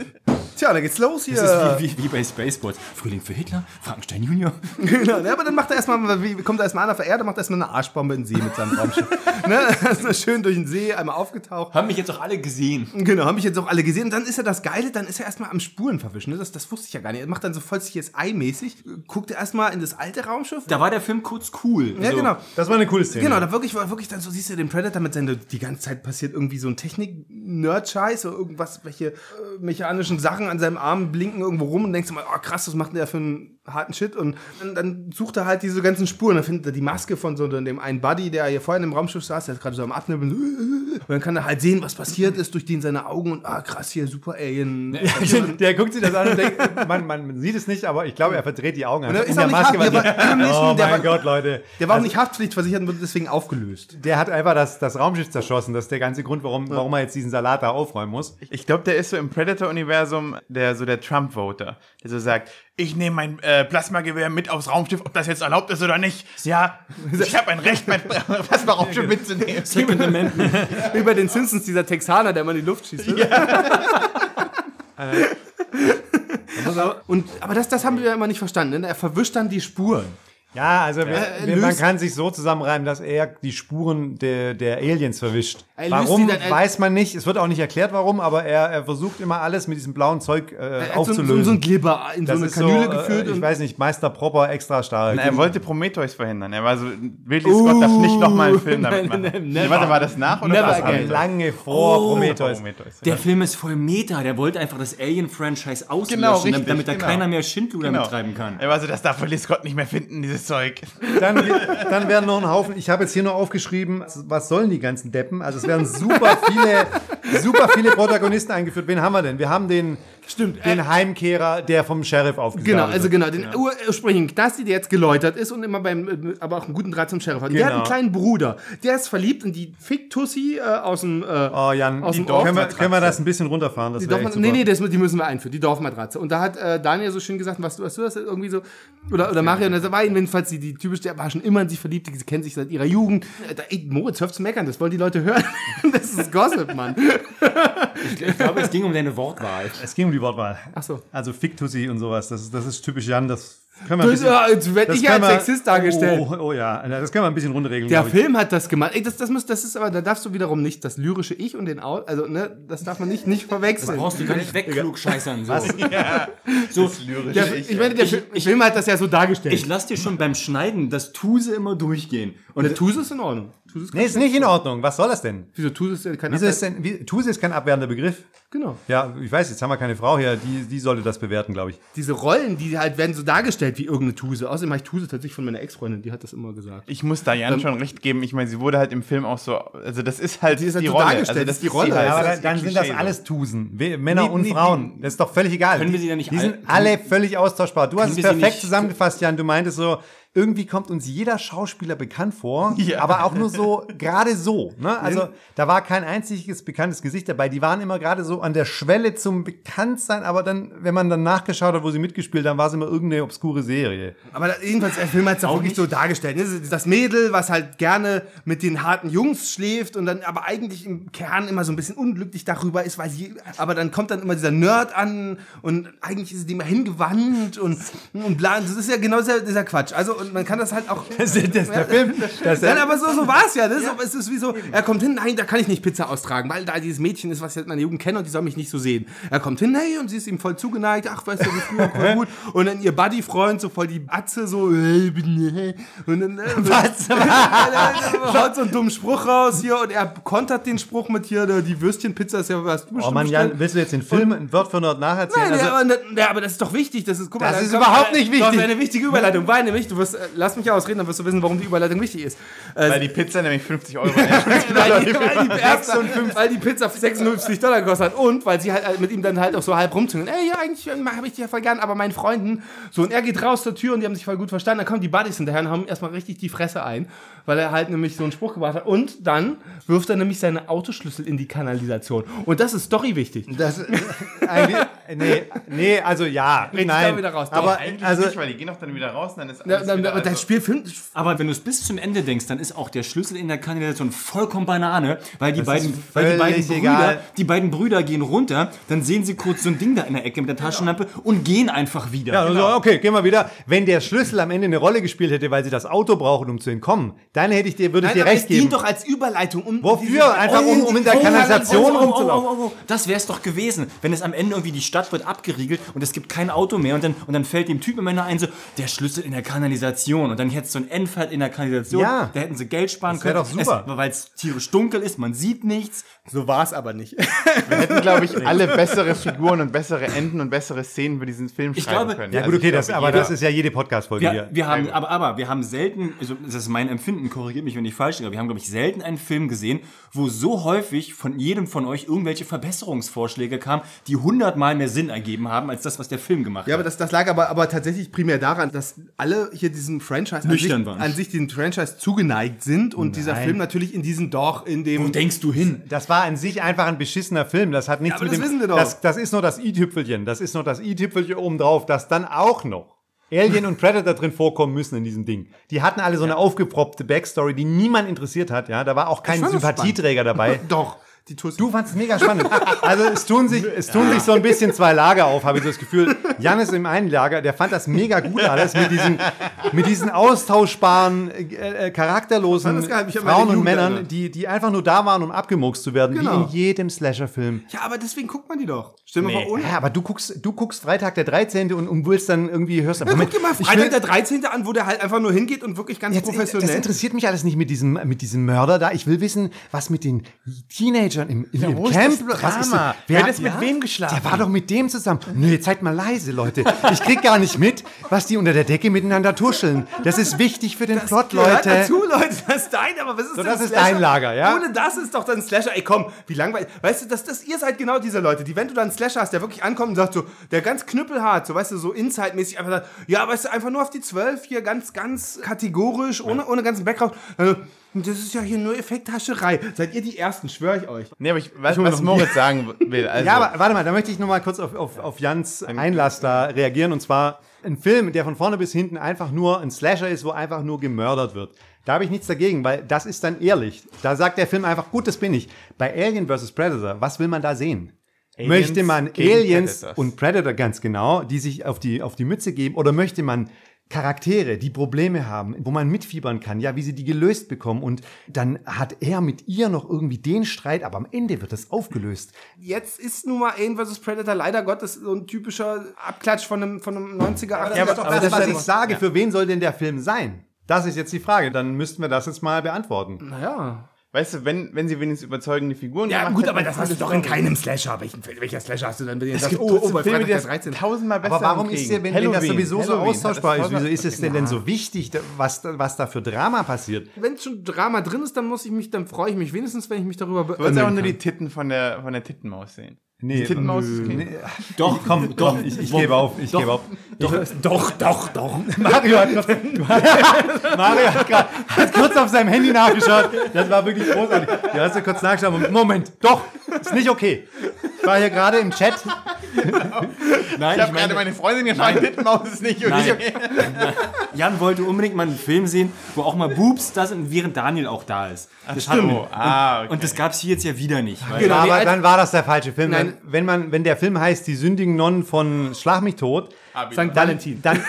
Tja, dann geht's los hier. Das ist wie, wie, wie bei Spaceballs. Frühling für Hitler, Frankenstein Junior. Genau, ne, aber dann macht er erstmal, wie- kommt er erstmal an auf der Erde, macht er erstmal eine Arschbombe in den See mit seinem Raumschiff. ne? Erstmal schön durch den See, einmal aufgetaucht. Haben mich jetzt auch alle gesehen. Genau, haben mich jetzt auch alle gesehen. Und dann ist ja das Geile, dann ist er erstmal am Spuren verwischen. Ne? Das, das wusste ich ja gar nicht. Er macht dann so voll CSI-mäßig, guckt er erstmal in das alte Raumschiff. Da war der Film kurz cool. Also, ja, So. genau. Das war eine coole Szene. Genau, da wirklich, war wirklich dann so siehst du den Predator mit seinen, die ganze Zeit passiert irgendwie so ein Technik-Nerd-Scheiß oder irgendwas, welche äh, mechanischen Sachen an seinem Arm blinken irgendwo rum und denkst du mal, oh krass, was macht denn der für einen harten Shit? Und dann, dann sucht er halt diese ganzen Spuren, dann findet er die Maske von so dem einen Buddy, der hier vorhin im Raumschiff saß, der ist gerade so am Abnibbeln. so, Und dann kann er halt sehen, was passiert ist durch den seine Augen und ah krass, hier Super Alien. Der, der guckt sich das an und denkt, man, man sieht es nicht, aber ich glaube, er verdreht die Augen. der einfach. In ist auch der nicht Maske hart, war der die- war- der war- Oh der war- mein Gott, Leute. Der war auch nicht haftpflichtversichert und wurde deswegen aufgelöst. Der hat einfach das, das Raumschiff zerschossen. Das ist der ganze Grund, warum, warum er jetzt diesen Salat da aufräumen muss. Ich glaube, der ist so im Predator-Universum der so der Trump-Voter, der so sagt, ich nehme mein äh, Plasmagewehr mit aufs Raumschiff, ob das jetzt erlaubt ist oder nicht. Ja, ich habe ein Recht, mein Plasma-Raumschiff mitzunehmen. Second Amendment. Wie bei den Simpsons, dieser Texaner, der immer in die Luft schießt. ne? Und, aber das, das haben wir ja immer nicht verstanden. Ne? Er verwischt dann die Spuren. Ja, also wir, er wir, man löst- kann sich so zusammenreimen, dass er die Spuren der, der Aliens verwischt. Er löst Warum, die dann- er- weiß man nicht. Es wird auch nicht erklärt, warum, aber er, er versucht immer alles mit diesem blauen Zeug äh, Er hat so, so, aufzulösen. so ein Glibber in so eine ist Kanüle äh, geführt. ich und- weiß nicht, Meister Proper extra stark. Er wollte Prometheus verhindern. Er war so, Ridley Scott darf nicht nochmal einen Film damit Uh, Nein, machen. nein, never. Warte, war das nach oder Never war das again. nach lange vor Oh. Prometheus. Prometheus? Der Film ist voll Meta. Der wollte einfach das Alien-Franchise auslöschen, Genau, richtig, damit, damit da genau. keiner mehr Schindluder Genau. mittreiben kann. Er war so, das darf Ridley Scott nicht mehr finden, dieses Zeug. Dann, dann werden noch ein Haufen, ich habe jetzt hier nur aufgeschrieben, was sollen die ganzen Deppen? Also es werden super viele, super viele Protagonisten eingeführt. Wen haben wir denn? Wir haben den, Stimmt, äh, den Heimkehrer, der vom Sheriff aufgesagt Genau, wird. also genau, den ur- ursprünglichen Knasti, der jetzt geläutert ist und immer beim, äh, aber auch einen guten Draht zum Sheriff hat. Und Der hat Genau. einen kleinen Bruder, der ist verliebt in die Fick-Tussi äh, aus dem, äh, Oh Jan, aus die können, wir, dem Dorfmatratze. können wir das ein bisschen runterfahren? Das Die wäre echt Dorfmatratze, super. nee, nee, das, die müssen wir einführen, die Dorfmatratze. Und da hat äh, Daniel so schön gesagt, was, was du hast, irgendwie so, oder, oder Marion, das war jedenfalls die, die typisch, der war schon immer in sie verliebt, die kennen sich seit ihrer Jugend. Äh, Da, ey, Moritz, hör auf zu meckern, das wollen die Leute hören. Das ist Gossip, Mann. Ich glaube, es ging um deine Wortwahl. Es ging um die Wortwahl. Ach so. Also Ficktussi und sowas, das ist, das ist typisch Jan, das können wir ein Das, bisschen... äh, jetzt werde das ich ja können als wir- Sexist dargestellt. Oh, oh ja, das können wir ein bisschen runterregeln, Der glaub ich. Film hat das gemacht. Ey, das, das, muss, das ist aber, da darfst du wiederum nicht das lyrische Ich und den Au, also ne, das darf man nicht, nicht verwechseln. Brauchst du gar nicht wegklugscheißern. So. so Der, ich, meine, der Film- Film hat das ja so dargestellt. Ich lass dir schon beim Schneiden das Tuse immer durchgehen. Und der Tuse ist in Ordnung. Tuse ist Nee, ist nicht in Ordnung. Was soll das denn? Wieso Tuse ist ja kein Wieso ist denn wie, Tussi ist kein abwehrender Begriff. Genau. Ja, ich weiß, jetzt haben wir keine Frau hier, die, die sollte das bewerten, glaube ich. Diese Rollen, die halt werden so dargestellt wie irgendeine Tuse. Außerdem habe ich Tuse tatsächlich von meiner Ex-Freundin, die hat das immer gesagt. Ich muss Diane schon recht geben. Ich meine, sie wurde halt im Film auch so, also das ist halt Sie ist halt die so Rolle. dargestellt, Also das ist die ist Rolle. sie halt. Ja, Ja, aber Das dann, ist dann ihr sind das Klischee so. alles Tusen. We Männer Nee, und nee, Frauen. Das ist doch völlig egal. Können wir sie Die- denn nicht die all- sind können- alle völlig austauschbar. Du hast es wir sie perfekt nicht- zusammengefasst, Jan. Du meintest so, irgendwie kommt uns jeder Schauspieler bekannt vor, Ja. aber auch nur so, gerade so. Mhm. Ne? Also da war kein einziges bekanntes Gesicht dabei. Die waren immer gerade so an der Schwelle zum Bekanntsein, aber dann, wenn man dann nachgeschaut hat, wo sie mitgespielt haben, war es immer irgendeine obskure Serie. Aber da- jedenfalls, der Film hat es auch wirklich so dargestellt. ne? Das Mädel, was halt gerne mit den harten Jungs schläft und dann aber eigentlich im Kern immer so ein bisschen unglücklich darüber ist, weil sie, aber dann kommt dann immer dieser Nerd an und eigentlich ist sie dem immer hingewandt und, und bla, das ist ja genau dieser, dieser Quatsch. Also, und man kann das halt auch. Das ist das ist der Film. Das äh, ist Nein, aber so, so war es ja. Ne? So, es ist wie so, er kommt hin, nein, da kann ich nicht Pizza austragen, weil da dieses Mädchen ist, was ich in meiner Jugend kenne und die soll mich nicht so sehen. Er kommt hin, hey, und sie ist ihm voll zugeneigt, ach, weißt du, wie früher, voll gut. Und dann ihr Buddy-Freund, so voll die Atze, so, äh, bin, äh, und dann, äh, Was? und dann haut so einen dummen Spruch raus hier und er kontert den Spruch mit hier, ne, die Würstchenpizza ist ja was Oh du bestimmt Mann, bestellt. Jan, willst du jetzt den Film in Wort für Wort nacherzählen? Nein, Also- ja, aber, ja, aber das ist doch wichtig. Das ist, guck mal, Das da ist kommt- überhaupt nicht Doch, wichtig. eine wichtige Überleitung, weil nämlich, du wirst, äh, lass mich ausreden, dann wirst du wissen, warum die Überleitung wichtig ist. Äh, Weil die Pizza nämlich 50 Euro ist. weil, die, weil, die erste, weil die Pizza 56 Dollar gekostet hat und weil sie halt mit ihm dann halt auch so halb rumzüngeln. Ey, ja, eigentlich habe ich dich ja voll gern, aber meinen Freunden. So, und er geht raus zur Tür und die haben sich voll gut verstanden. Dann kommen die Buddies hinterher und haben erstmal richtig die Fresse ein, weil er halt nämlich so einen Spruch gebracht hat. Und dann wirft er nämlich seine Autoschlüssel in die Kanalisation. Und das ist Story wichtig. Das, eigentlich, nee, nee, also ja. ich nein, da wieder raus. Doch, aber Eigentlich also, nicht, weil die gehen doch dann wieder raus und dann ist Ja, alles dann, wieder, aber das also- Spiel find, Aber wenn du es bis zum Ende denkst, dann ist auch der Schlüssel in der Kanalisation vollkommen Banane, weil die, beiden, ist weil die beiden völlig egal. Brüder, die beiden Brüder gehen runter, dann sehen sie kurz so ein Ding da in der Ecke mit der Taschenlampe und gehen einfach wieder. ja, und so, okay, gehen wir wieder. Wenn der Schlüssel am Ende eine Rolle gespielt hätte, weil sie das Auto brauchen, um zu entkommen, dann hätte ich dir, würde ich dir recht geben. doch als Überleitung. Um Wofür? Einfach um, um in der Oh, Kanalisation oh, oh, rumzulaufen. Oh, oh, oh, oh. Das wäre es doch gewesen, wenn es am Ende irgendwie die Stadt wird abgeriegelt und es gibt kein Auto mehr und dann, und dann fällt dem Typen immer ein, so, der Schlüssel in der Kanalisation und dann hättest du ein Endfeld in der Kanalisation, Ja. da hätten sie Geld sparen wär können. doch super. Weil es tierisch dunkel ist, man sieht nichts. So war es aber nicht. Wir hätten, glaube ich, alle bessere Figuren und bessere Enden und bessere Szenen für diesen Film schreiben glaube- können. Ja Also gut, ich okay, das, glaube, aber jeder- das ist ja jede Podcast-Folge Wir, hier. wir haben, aber, aber wir haben selten, also das ist mein Empfinden, korrigiert mich, wenn ich falsch liege, aber wir haben, glaube ich, selten einen Film gesehen, wo so häufig von jedem von euch irgendwelche Verbesserungsvorschläge kamen, die hundertmal mehr Sinn ergeben haben, als das, was der Film gemacht Ja, hat. aber das, das lag aber, aber tatsächlich primär daran, dass alle hier diesem Franchise an sich, Nüchtern waren. an sich diesem Franchise zugeneigt sind und dieser Film natürlich in diesem Dorf, in dem Wo denkst du hin? Das war an sich einfach ein beschissener Film. Das hat nichts aber mit das dem. wissen wir doch. Das, das ist nur das i-Tüpfelchen. Das ist nur das i-Tüpfelchen obendrauf, das dann auch noch Alien und Predator drin vorkommen müssen in diesem Ding. Die hatten alle so eine aufgeproppte Backstory, die niemand interessiert hat. Ja, da war auch kein fand das Sympathieträger dabei. doch die Tussi. Du fandst es mega spannend. Also es tun sich, es tun sich so ein bisschen zwei Lager auf, habe ich so das Gefühl. Jan ist im einen Lager, der fand das mega gut alles mit diesen, mit diesen austauschbaren, äh, äh, charakterlosen Ich fand das geil, mich an meine Frauen und Jugend Männern, erinnert. die, die einfach nur da waren, um abgemuckst zu werden, wie Genau. in jedem Slasher-Film. ja, aber deswegen guckt man die doch. Stimmt nee. mal ohne. Ja, aber du guckst, du guckst Freitag der 13. und, und willst dann irgendwie, hörst dann, Guck dir mal ich Freitag will- der 13. an, wo der halt einfach nur hingeht und wirklich ganz Jetzt, äh, das professionell. interessiert mich alles nicht mit diesem, mit diesem Mörder da. Ich will wissen, was mit den Teenagern im, im, im wo ist Camp. das was Drama? denn- Wer hat jetzt mit wem geschlafen? Der war doch mit dem zusammen. Nö, jetzt seid mal leise, Leute. Ich krieg gar nicht mit, was die unter der Decke miteinander tuscheln. Das ist wichtig für den Plot, Gehört Leute. Dazu, Leute, das ist dein, aber was ist denn das ist Slasher? dein Lager, ja? Ohne das ist doch dann ein Slasher. Ey, komm, wie langweilig. Weißt du, das, das, ihr seid genau diese Leute, die, wenn du dann einen Slasher hast, der wirklich ankommt und sagt so, der ganz knüppelhart, so, weißt du, so inside-mäßig einfach sagt, ja, weißt du, einfach nur auf die 12 hier ganz, ganz kategorisch, ohne, ohne ganzen Background. Äh, Das ist ja hier nur Effekthascherei. Seid ihr die Ersten, schwöre ich euch. Nee, aber ich, was, was Moritz sagen will. Also, Ja, aber warte mal, da möchte ich noch mal kurz auf, auf, auf Jans Einlass da reagieren. Und zwar ein Film, der von vorne bis hinten einfach nur ein Slasher ist, wo einfach nur gemördert wird. Da habe ich nichts dagegen, weil das ist dann ehrlich. Da sagt der Film einfach, gut, das bin ich. Bei Alien vs. Predator, was will man da sehen? möchte man gegen Aliens Predators. und Predator ganz genau, die sich auf die, auf die Mütze geben, oder möchte man Charaktere, die Probleme haben, wo man mitfiebern kann, ja, wie sie die gelöst bekommen und dann hat er mit ihr noch irgendwie den Streit, aber am Ende wird das aufgelöst. Jetzt ist nun mal Alien vs. Predator leider Gottes so ein typischer Abklatsch von einem, von einem 90er, 80er. Ja, aber, aber das, was ich sage, für wen soll denn der Film sein? Das ist jetzt die Frage. Dann müssten wir das jetzt mal beantworten. ja. Weißt du, wenn, wenn sie wenigstens überzeugende Figuren Ja, gemacht gut, hätten, aber das hast du doch in keinem Slasher. Welchen, welcher Slasher hast du dann? Es gibt trotzdem Filme, die das tausendmal besser Aber warum hinkriegen. ist der, wenn, wenn das Halloween, sowieso so Halloween hat das austauschbar ist, tausendmal- wieso ist es denn, denn so wichtig, da- was, da- was da für Drama passiert? Wenn schon Drama drin ist, dann muss ich mich, dann freue ich mich wenigstens, wenn ich mich darüber also Du wolltest beömmeln einfach nur kann. die Titten von der, von der Tittenmaus sehen. Nee, die Tittenmaus ist okay. Doch, komm, doch, ich, ich gebe auf, ich gebe auf. Doch, doch, doch. Mario hat, Mario hat, grad, hat kurz auf seinem Handy nachgeschaut. Das war wirklich großartig. Du hast ja kurz nachgeschaut. Moment, Moment, doch, ist nicht okay. Ich war hier gerade im Chat. Nein, Ich ich, habe gerade meine, meine Freundin gefragt, Tittenmaus ist nicht Nein. wirklich okay. Jan wollte unbedingt mal einen Film sehen, wo auch mal Boobs da sind, während Daniel auch da ist. das stimmt. Und, Ah, okay. und das gab es hier jetzt ja wieder nicht. Weil Genau, Genau, die aber alte- dann war das der falsche Film. Nein. Dann, wenn, man, wenn der Film heißt Die sündigen Nonnen von Schlag mich tot, St. dann, Ah, Valentin. dann,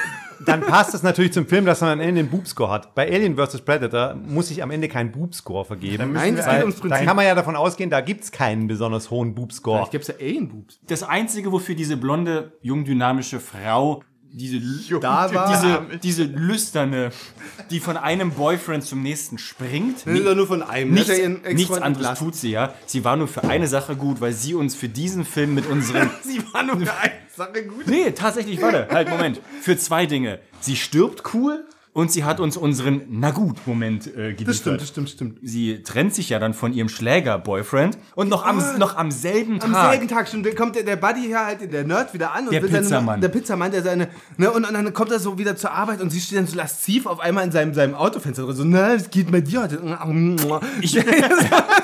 dann passt es natürlich zum Film, dass man am Ende den Boobscore hat. Bei Alien vs. Predator muss ich am Ende keinen Boobscore vergeben. Nein, es weil geht ums da Prinzip. kann man ja davon ausgehen, da gibt es keinen besonders hohen Boobscore. Vielleicht gibt's ja eh Alien-Boobs. Das Einzige, wofür diese blonde, jungdynamische Frau diese, Da war- diese, diese lüsterne, die von einem Boyfriend zum nächsten springt. Nee, nur von einem. Nichts, Hat er ihren Ex-Freund nichts anderes entlassen. tut sie, ja. Sie war nur für eine Sache gut, weil sie uns für diesen Film mit unseren Sie war nur für eine Sache gut. Nee, tatsächlich, warte, halt, Moment. Für zwei Dinge. Sie stirbt cool und sie hat uns unseren Na gut Moment äh, geliefert. Das stimmt, das stimmt, das stimmt. Sie trennt sich ja dann von ihrem Schläger-Boyfriend und noch am, noch am selben Ah. Am Tag. selben Tag schon der- kommt der, der Buddy hier halt, der Nerd wieder an. Und Der will seine- Pizzamann. Der Pizzamann, der seine, ne, und, und dann kommt er so wieder zur Arbeit und sie steht dann so lasziv auf einmal in seinem, seinem Autofenster drin. So, na, es geht bei dir heute. Ich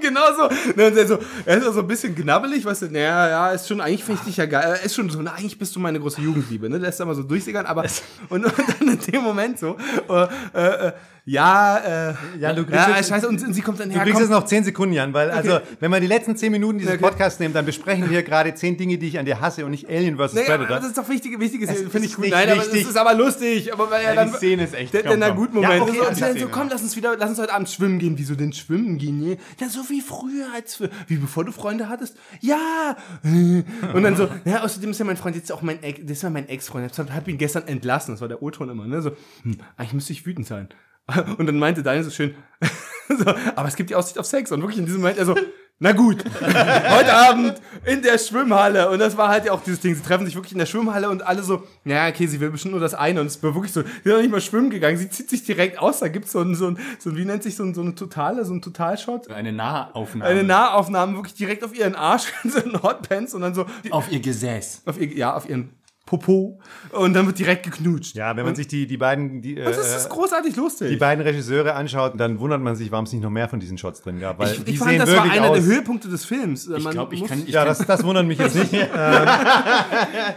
genau so. Ne, und er, so. er ist auch so ein bisschen knabbelig, weißt du, naja, ja, ist schon, eigentlich finde ich dich ja geil. Er ist schon so, na, eigentlich bist du meine große Jugendliebe, ne? Lässt er mal so durchsickern, aber, und, und dann in dem Moment so, äh, äh, äh, ja, äh, Ja, du kriegst ja, jetzt- scheiße, und, und sie kommt dann her, Du kriegst komm, jetzt noch 10 Sekunden, Jan, weil also, wenn man die letzten 10 Minuten dieses Okay. Podcasts nimmt, dann besprechen wir hier gerade 10 Dinge, die ich an dir hasse und nicht Alien vs. Naja, aber Predator. das ist doch wichtig, wichtiges, Es finde ist ich gut. nicht Nein, aber wichtig. es ist aber lustig. Aber weil ja, Ja, dann, die Szene ist echt. der, komm, der, der komm. guten Moment. Ja, okay, so, und also dann so, Szene. komm, lass uns wieder, lass uns heute Abend schwimmen gehen. Wieso denn schwimmen gehen? Nee? Ja, so wie früher, als wir- wie bevor du Freunde hattest. Ja. Und dann so, ja, außerdem ist ja mein Freund jetzt auch mein Ex, das ist ja mein Ex-Freund. Ich habe ihn gestern entlassen. Das war der O-Ton immer. Ne? So, hm, eigentlich müsste ich wütend sein. Und dann meinte Daniel so schön, so, aber es gibt die Aussicht auf Sex. Und wirklich in diesem Moment, also, na gut, heute Abend in der Schwimmhalle. Und das war halt ja auch dieses Ding. Sie treffen sich wirklich in der Schwimmhalle und alle so, naja, okay, sie will bestimmt nur das eine. Und es war wirklich so, sie ist noch nicht mal schwimmen gegangen. Sie zieht sich direkt aus. Da gibt's so ein, so ein, so ein wie nennt sich so ein, so eine totale, so ein Totalshot. Eine Nahaufnahme. Eine Nahaufnahme wirklich direkt auf ihren Arsch in so einen Hotpants und dann so, Oh. auf ihr Gesäß. auf ihr, ja, auf ihren Popo. Und dann wird direkt geknutscht. ja, wenn man sich die, die beiden, die, äh, Das ist, das ist großartig lustig. die beiden Regisseure anschaut, dann wundert man sich, warum es nicht noch mehr von diesen Shots drin gab. Weil die ich fand, sehen das war wirklich einer aus. der Höhepunkte des Films. Ich glaube, ich kann. Ich ja, kann das, das wundert mich jetzt nicht.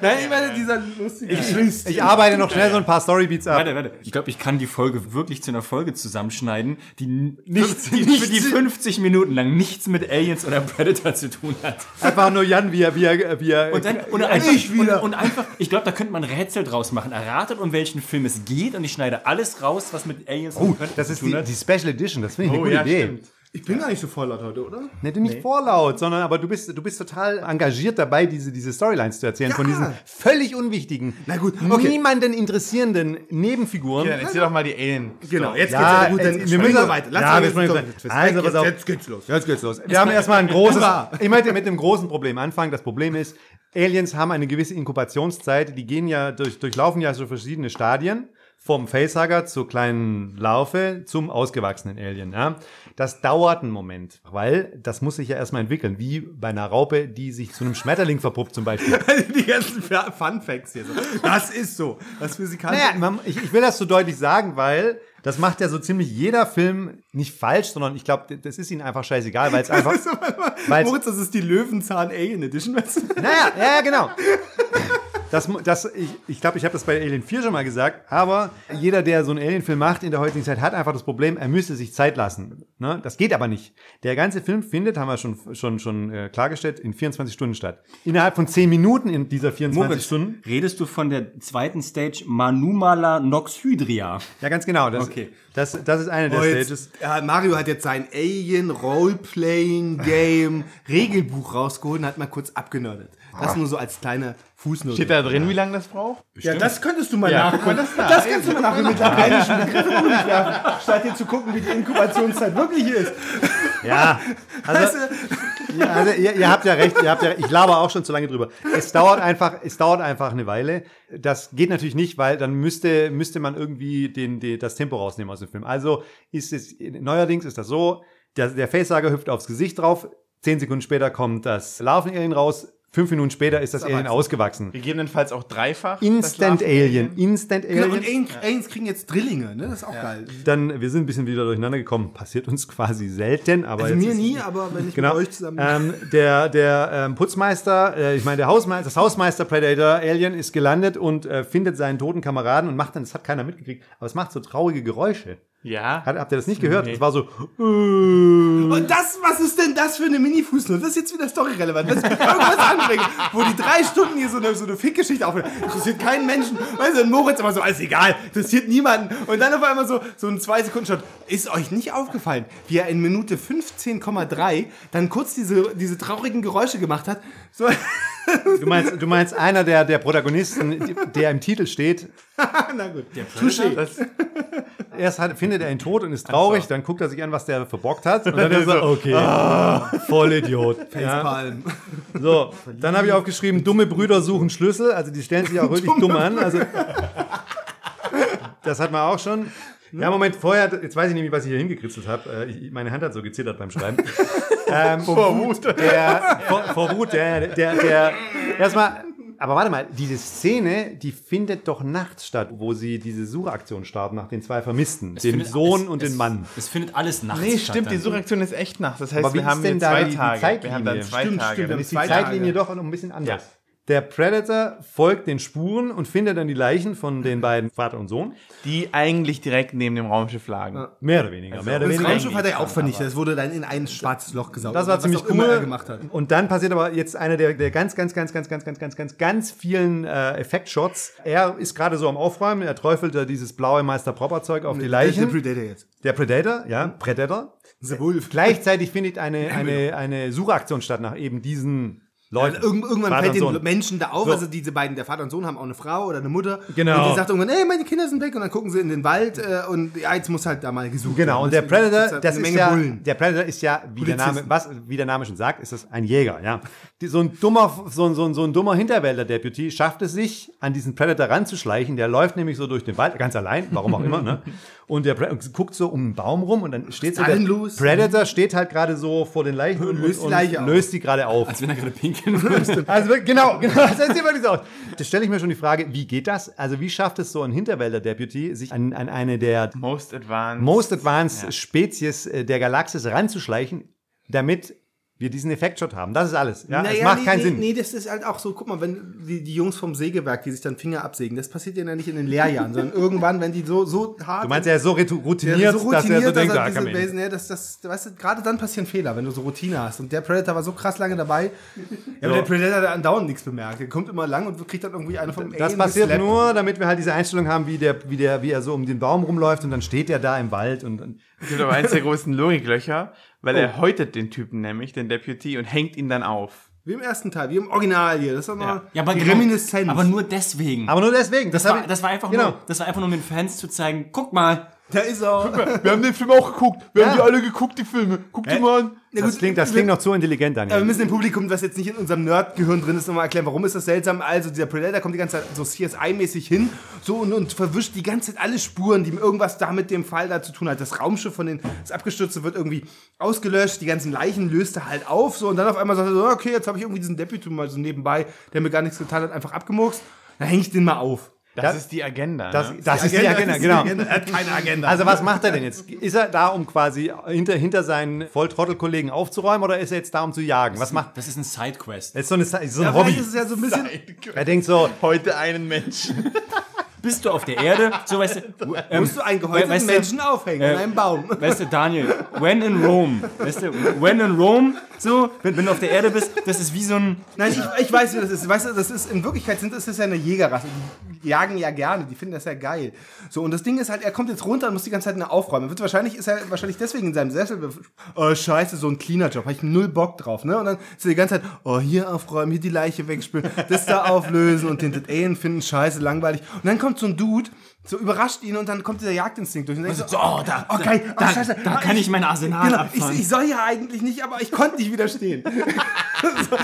Nein, ich meine, dieser lustige Twist. Ich arbeite noch schnell so ein paar Storybeats ab. Warte, warte. Ich glaube, ich kann die Folge wirklich zu einer Folge zusammenschneiden, die nichts, die, nichts- für die 50 Minuten lang nichts mit Aliens oder Predator zu tun hat. Einfach nur Jan, wie er, wie er, wie er Und dann und einfach, ich wieder. Und, und einfach, ich glaube, da könnte man ein Rätsel draus machen. Erratet, um welchen Film es geht, und ich schneide alles raus, was mit Aliens Oh, und Predator das ist zu tun die, hat. die Special Edition, das finde ich Oh, eine ja, gute Idee. stimmt. Ich bin gar nicht so vorlaut heute, oder? Nee, du nicht vorlaut, sondern aber du bist, du bist total engagiert dabei, diese, diese Storylines zu erzählen von Ja. diesen völlig unwichtigen, Na gut, okay. niemanden interessierenden Nebenfiguren. Ja, dann erzähl doch mal die Alien. Genau, jetzt Ja, geht's ja äh, gut. Jetzt wir springen müssen- weiter. Ja, uns wir jetzt springen zum weiter. Twist. Also, Jetzt- pass auf. Jetzt geht's los. Jetzt geht's los. Wir haben erstmal ein großes. Hurra. Ich möchte mit einem großen Problem anfangen. Das Problem ist, Aliens haben eine gewisse Inkubationszeit. Die gehen ja durch, durchlaufen ja so verschiedene Stadien. Vom Facehugger zur kleinen Larve zum ausgewachsenen Alien. Ja. Das dauert einen Moment, weil das muss sich ja erstmal entwickeln. Wie bei einer Raupe, die sich zu einem Schmetterling verpuppt zum Beispiel. Die ganzen Fun Facts hier so. Das ist so. Das Physikalische. Naja, man, ich, ich will das so deutlich sagen, weil das macht ja so ziemlich jeder Film nicht falsch, sondern ich glaube, das ist ihnen einfach scheißegal, weil es einfach. weil's- Moritz, das ist die Löwenzahn Alien Edition. weißt du? Naja, ja, ja, genau. Das, mu- das, ich ich glaube, ich habe das bei Alien 4 schon mal gesagt, aber jeder, der so einen Alien-Film macht in der heutigen Zeit, hat einfach das Problem, er müsste sich Zeit lassen. Ne? Das geht aber nicht. Der ganze Film findet, haben wir schon, schon, schon äh, klargestellt, in 24 Stunden statt. Innerhalb von 10 Minuten in dieser 24 Moritz, Stunden. redest du von der zweiten Stage Manumala Noxhydria? Ja, ganz genau. Das, Okay. das, das ist eine der Oh, Stages. jetzt, ja, Mario hat jetzt sein Alien Roleplaying Game Regelbuch rausgeholt und hat mal kurz abgenördet. Das nur so als kleine Fußnote. Steht da drin, wie lange das braucht? Ah. ja, das könntest du mal Ja, guck nachgucken. mal, das Das, da. kannst du mal nachgucken mit lateinischen Begriffen um dich werfen, statt dir zu gucken, wie die Inkubationszeit wirklich ist. Ja, also, ja, also ihr, ihr habt ja recht, ihr habt ja, ich laber auch schon zu lange drüber. Es dauert einfach, es dauert einfach eine Weile. Das geht natürlich nicht, weil dann müsste, müsste man irgendwie den, den, das Tempo rausnehmen aus dem Film. Also ist es, neuerdings ist das so, der, der Facesager hüpft aufs Gesicht drauf, zehn Sekunden später kommt das Larven-Alien raus, fünf Minuten später ist das Alien ausgewachsen. Gegebenenfalls auch dreifach. das Instant Alien, Larven-Alien. Instant Genau, und Alien. Aliens, Aliens kriegen jetzt Drillinge, ne? Das ist auch geil. Dann, wir sind ein bisschen wieder durcheinander gekommen. Passiert uns quasi selten, aber Also jetzt mir ist- nie, aber wenn ich Genau. mit euch zusammen. Ähm, der der ähm, Putzmeister, äh, ich meine, der Hausmeister, das Hausmeister Predator Alien ist gelandet und äh, findet seinen toten Kameraden und macht dann, das hat keiner mitgekriegt, aber es macht so traurige Geräusche. Ja. Hat, habt ihr das nicht gehört? Nee. Das war so. äh, Und das, was ist denn das für eine Mini-Fußnote? Das ist jetzt wieder storyrelevant. Das ist irgendwas anbringen, wo die drei Stunden hier so eine, so eine Fickgeschichte aufhören. Interessiert keinen Menschen. Weißt du, und Moritz immer so, alles egal, interessiert niemanden. Und dann auf einmal so, so ein zwei sekunden shot Ist euch nicht aufgefallen, wie er in Minute 15,3 dann kurz diese, diese traurigen Geräusche gemacht hat? So, du, meinst, du meinst einer der, der Protagonisten, die- der im Titel steht, na gut. Touché. Das, erst hat, findet er ihn tot und ist traurig, dann guckt er sich an, was der verbockt hat. Und dann ist so, er, okay, voll Idiot. Ja. Palm. So, dann habe ich aufgeschrieben, dumme Brüder suchen Schlüssel. Also die stellen sich auch wirklich dumm an. Also, das hat man auch schon. Ja, Moment, vorher, jetzt weiß ich nämlich, was ich hier hingekritzelt habe. Äh, ich- Meine Hand hat so gezittert beim Schreiben. ähm, vor Wut. Der, vor, vor Wut, der, der, der, erstmal, aber warte mal, diese Szene, die findet doch nachts statt, wo sie diese Suchaktion starten nach den zwei Vermissten, dem findet Sohn alles- und es, den Mann. Es findet alles nachts nee, statt. stimmt, die dann. Suchaktion ist echt nachts. Das heißt, Aber wie wir ist haben denn jetzt da zwei die Tage. Wir haben Zeitlinie? dann zwei Stimmt, Tage. stimmt, Dann ist die Zwei Zeitlinie Tage. doch noch ein bisschen anders. Ja. Der Predator folgt den Spuren und findet dann die Leichen von den beiden Vater und Sohn. die eigentlich direkt neben dem Raumschiff lagen. Mehr oder weniger. mehr oder Das weniger. Raumschiff hat er ja auch vernichtet. Das wurde dann in ein schwarzes Loch gesaugt. Das war Was ziemlich auch cool. Immer er gemacht hat. Und dann passiert aber jetzt einer der, der ganz, ganz, ganz, ganz, ganz, ganz, ganz, ganz, ganz vielen äh, Effektshots. Er ist gerade so am Aufräumen. Er träufelt da dieses blaue Meister Proper Zeug auf die Der Leichen. Predator jetzt. Der Predator, ja, Predator. The Wolf. Gleichzeitig findet eine, eine, eine Suchaktion statt nach eben diesen Leuten. Also irgend- irgendwann Vater fällt und den Sohn. Menschen da auf, So. also diese beiden, der Vater und Sohn haben auch eine Frau oder eine Mutter. Genau. Und die sagt irgendwann, ey, meine Kinder sind weg. Und dann gucken sie in den Wald äh, und ja, jetzt muss halt da mal gesucht Genau, und werden. der Deswegen gibt's Predator, halt das eine ist Menge ja, Bullen. der Predator ist ja, wie der, Name, Polizisten. was, wie der Name schon sagt, ist das ein Jäger, ja. Die, so ein dummer, so ein, so ein, so ein dummer Hinterwälder-Deputy schafft es sich, an diesen Predator ranzuschleichen. Der läuft nämlich so durch den Wald, ganz allein, warum auch immer, ne? Und der Pre und guckt so um einen Baum rum und dann steht so der Stalin los. Predator steht halt gerade so vor den Leichen und, löst die und Leiche auf. löst die gerade auf. Als wenn er gerade pinkeln würde. Also wirklich- genau, genau, das sieht wirklich so aus. Da stelle ich mir schon die Frage, wie geht das? Also wie schafft es so ein Hinterwälder-Deputy, sich an, an eine der Most advanced. Most Advanced Spezies äh, der Galaxis ranzuschleichen, damit wir diesen Effektshot haben. Das ist alles. Ja? Naja, es macht nee, keinen nee, Sinn. Nee, das ist halt auch so, guck mal, wenn die, die Jungs vom Sägewerk, die sich dann Finger absägen, das passiert denen ja nicht in den Lehrjahren, sondern irgendwann, wenn die so, so hart. Du meinst, er ist so ritu- der routiniert, ist so dass er routiniert, so denkt, dass ah, er komm diese hin. Basen, ja, das, das, weißt du, gerade dann passieren Fehler, wenn du so Routine hast. Und der Predator war so krass lange dabei. Ja, aber der Predator hat andauernd nichts bemerkt. Der kommt immer lang und kriegt dann irgendwie eine vom das Alien passiert geslappt. nur, damit wir halt diese Einstellung haben, wie, der, wie, der, wie er so um den Baum rumläuft und dann steht er da im Wald und, und Das ist aber eins der großen Logiklöcher, weil er häutet den Typen nämlich, den Deputy, und hängt ihn dann auf. Wie im ersten Teil, wie im Original hier. Das ist doch mal Ja, aber die genau, Reminiszenz. Aber nur deswegen. aber nur deswegen. Das, das, hab war, ich- das, war einfach genau. nur, das war einfach nur, um den Fans zu zeigen, guck mal, da ist er. Wir haben den Film auch geguckt. Wir haben die alle geguckt, die Filme. Guck die mal an. Das klingt, das klingt noch zu intelligent, Wir Ähm, Daniel. müssen dem Publikum, das jetzt nicht in unserem Nerd-Gehirn drin ist, nochmal erklären, warum ist das seltsam. Also, dieser Predator kommt die ganze Zeit so CSI-mäßig hin so und, und verwischt die ganze Zeit alle Spuren, die irgendwas da mit dem Fall da zu tun hat. Das Raumschiff von den, das Abgestürzte wird irgendwie ausgelöscht, die ganzen Leichen löst er halt auf so und dann auf einmal sagt er so, okay, jetzt habe ich irgendwie diesen Deputy mal so nebenbei, der mir gar nichts getan hat, einfach abgemurkst. Dann hänge ich den mal auf. Das, Das- ist die Agenda. Das, ne? das ist die Agenda, ist die genau. Agenda. Er hat keine Agenda. Also was macht er denn jetzt? Ist er da, um quasi hinter, hinter seinen Volltrottelkollegen aufzuräumen oder ist er jetzt da, um zu jagen? Was macht das ist ein Sidequest. Das ist so, eine, Sa- so ein Ja, Hobby. vielleicht ist es ja so ein bisschen. Er denkt so, Heute einen Menschen. Bist du auf der Erde? So weißt du, ähm, Musst du einen gehäuteten weißt du- Menschen aufhängen äh, an einem Baum? Weißt du, Daniel, when in Rome, weißt du, when in Rome, so, wenn, wenn du auf der Erde bist, das ist wie so ein, Nein, ich, ich weiß, wie das ist. Weißt du, das ist in Wirklichkeit sind das ist ja eine Jägerrasse. Die jagen ja gerne, die finden das ja geil. So und das Ding ist halt, er kommt jetzt runter und muss die ganze Zeit nur aufräumen. Er Wird wahrscheinlich ist er wahrscheinlich deswegen in seinem Sessel. bef- Oh Scheiße, so ein cleaner Job, habe ich null Bock drauf, ne? Und dann ist er die ganze Zeit, oh hier aufräumen, hier die Leiche wegspülen, das da auflösen und den das Alien finden, Scheiße, langweilig. Und dann kommt so ein Dude, so überrascht ihn und dann kommt dieser Jagdinstinkt durch und denkt so, so, oh, da, oh geil, oh, da, Scheiße, da ah, kann ich mein Arsenal Genau, abfahren. ich, ich soll ja eigentlich nicht, aber ich konnte nicht widerstehen. so